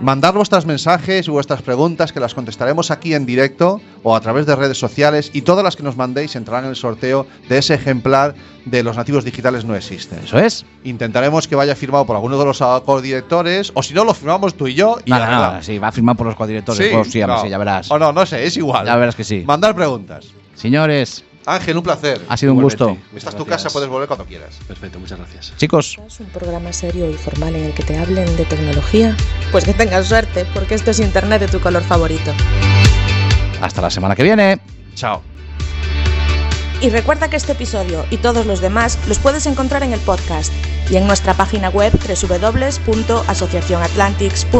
S2: Mandar vuestros mensajes y vuestras preguntas que las contestaremos aquí en directo o a través de redes sociales y todas las que nos mandéis entrarán en el sorteo de ese ejemplar de Los nativos digitales no existen.
S3: Eso es.
S2: Intentaremos que vaya firmado por alguno de los codirectores o si no lo firmamos tú y yo y
S3: No,
S2: la
S3: no, no,
S2: verdad.
S3: sí, va a firmar por los cuadrilectores. Sí, sí,
S2: no.
S3: ya verás.
S2: O no, no sé, es igual.
S3: Ya verás que sí.
S2: Mandar preguntas.
S3: Señores,
S2: Ángel, un placer.
S3: ha sido un
S5: Igualmente.
S3: gusto.
S2: Esta es tu
S5: Gracias.
S2: casa, puedes volver cuando quieras.
S5: Perfecto, muchas gracias.
S3: Chicos,
S1: ¿Es un programa serio y formal en el que te hablen de tecnología? Pues que tengas suerte, porque esto es Internet de tu color favorito.
S3: hasta la semana que viene.
S2: Chao.
S1: Y recuerda que este episodio y todos los demás los puedes encontrar en el podcast y en nuestra página web www.asociacionatlantics.com.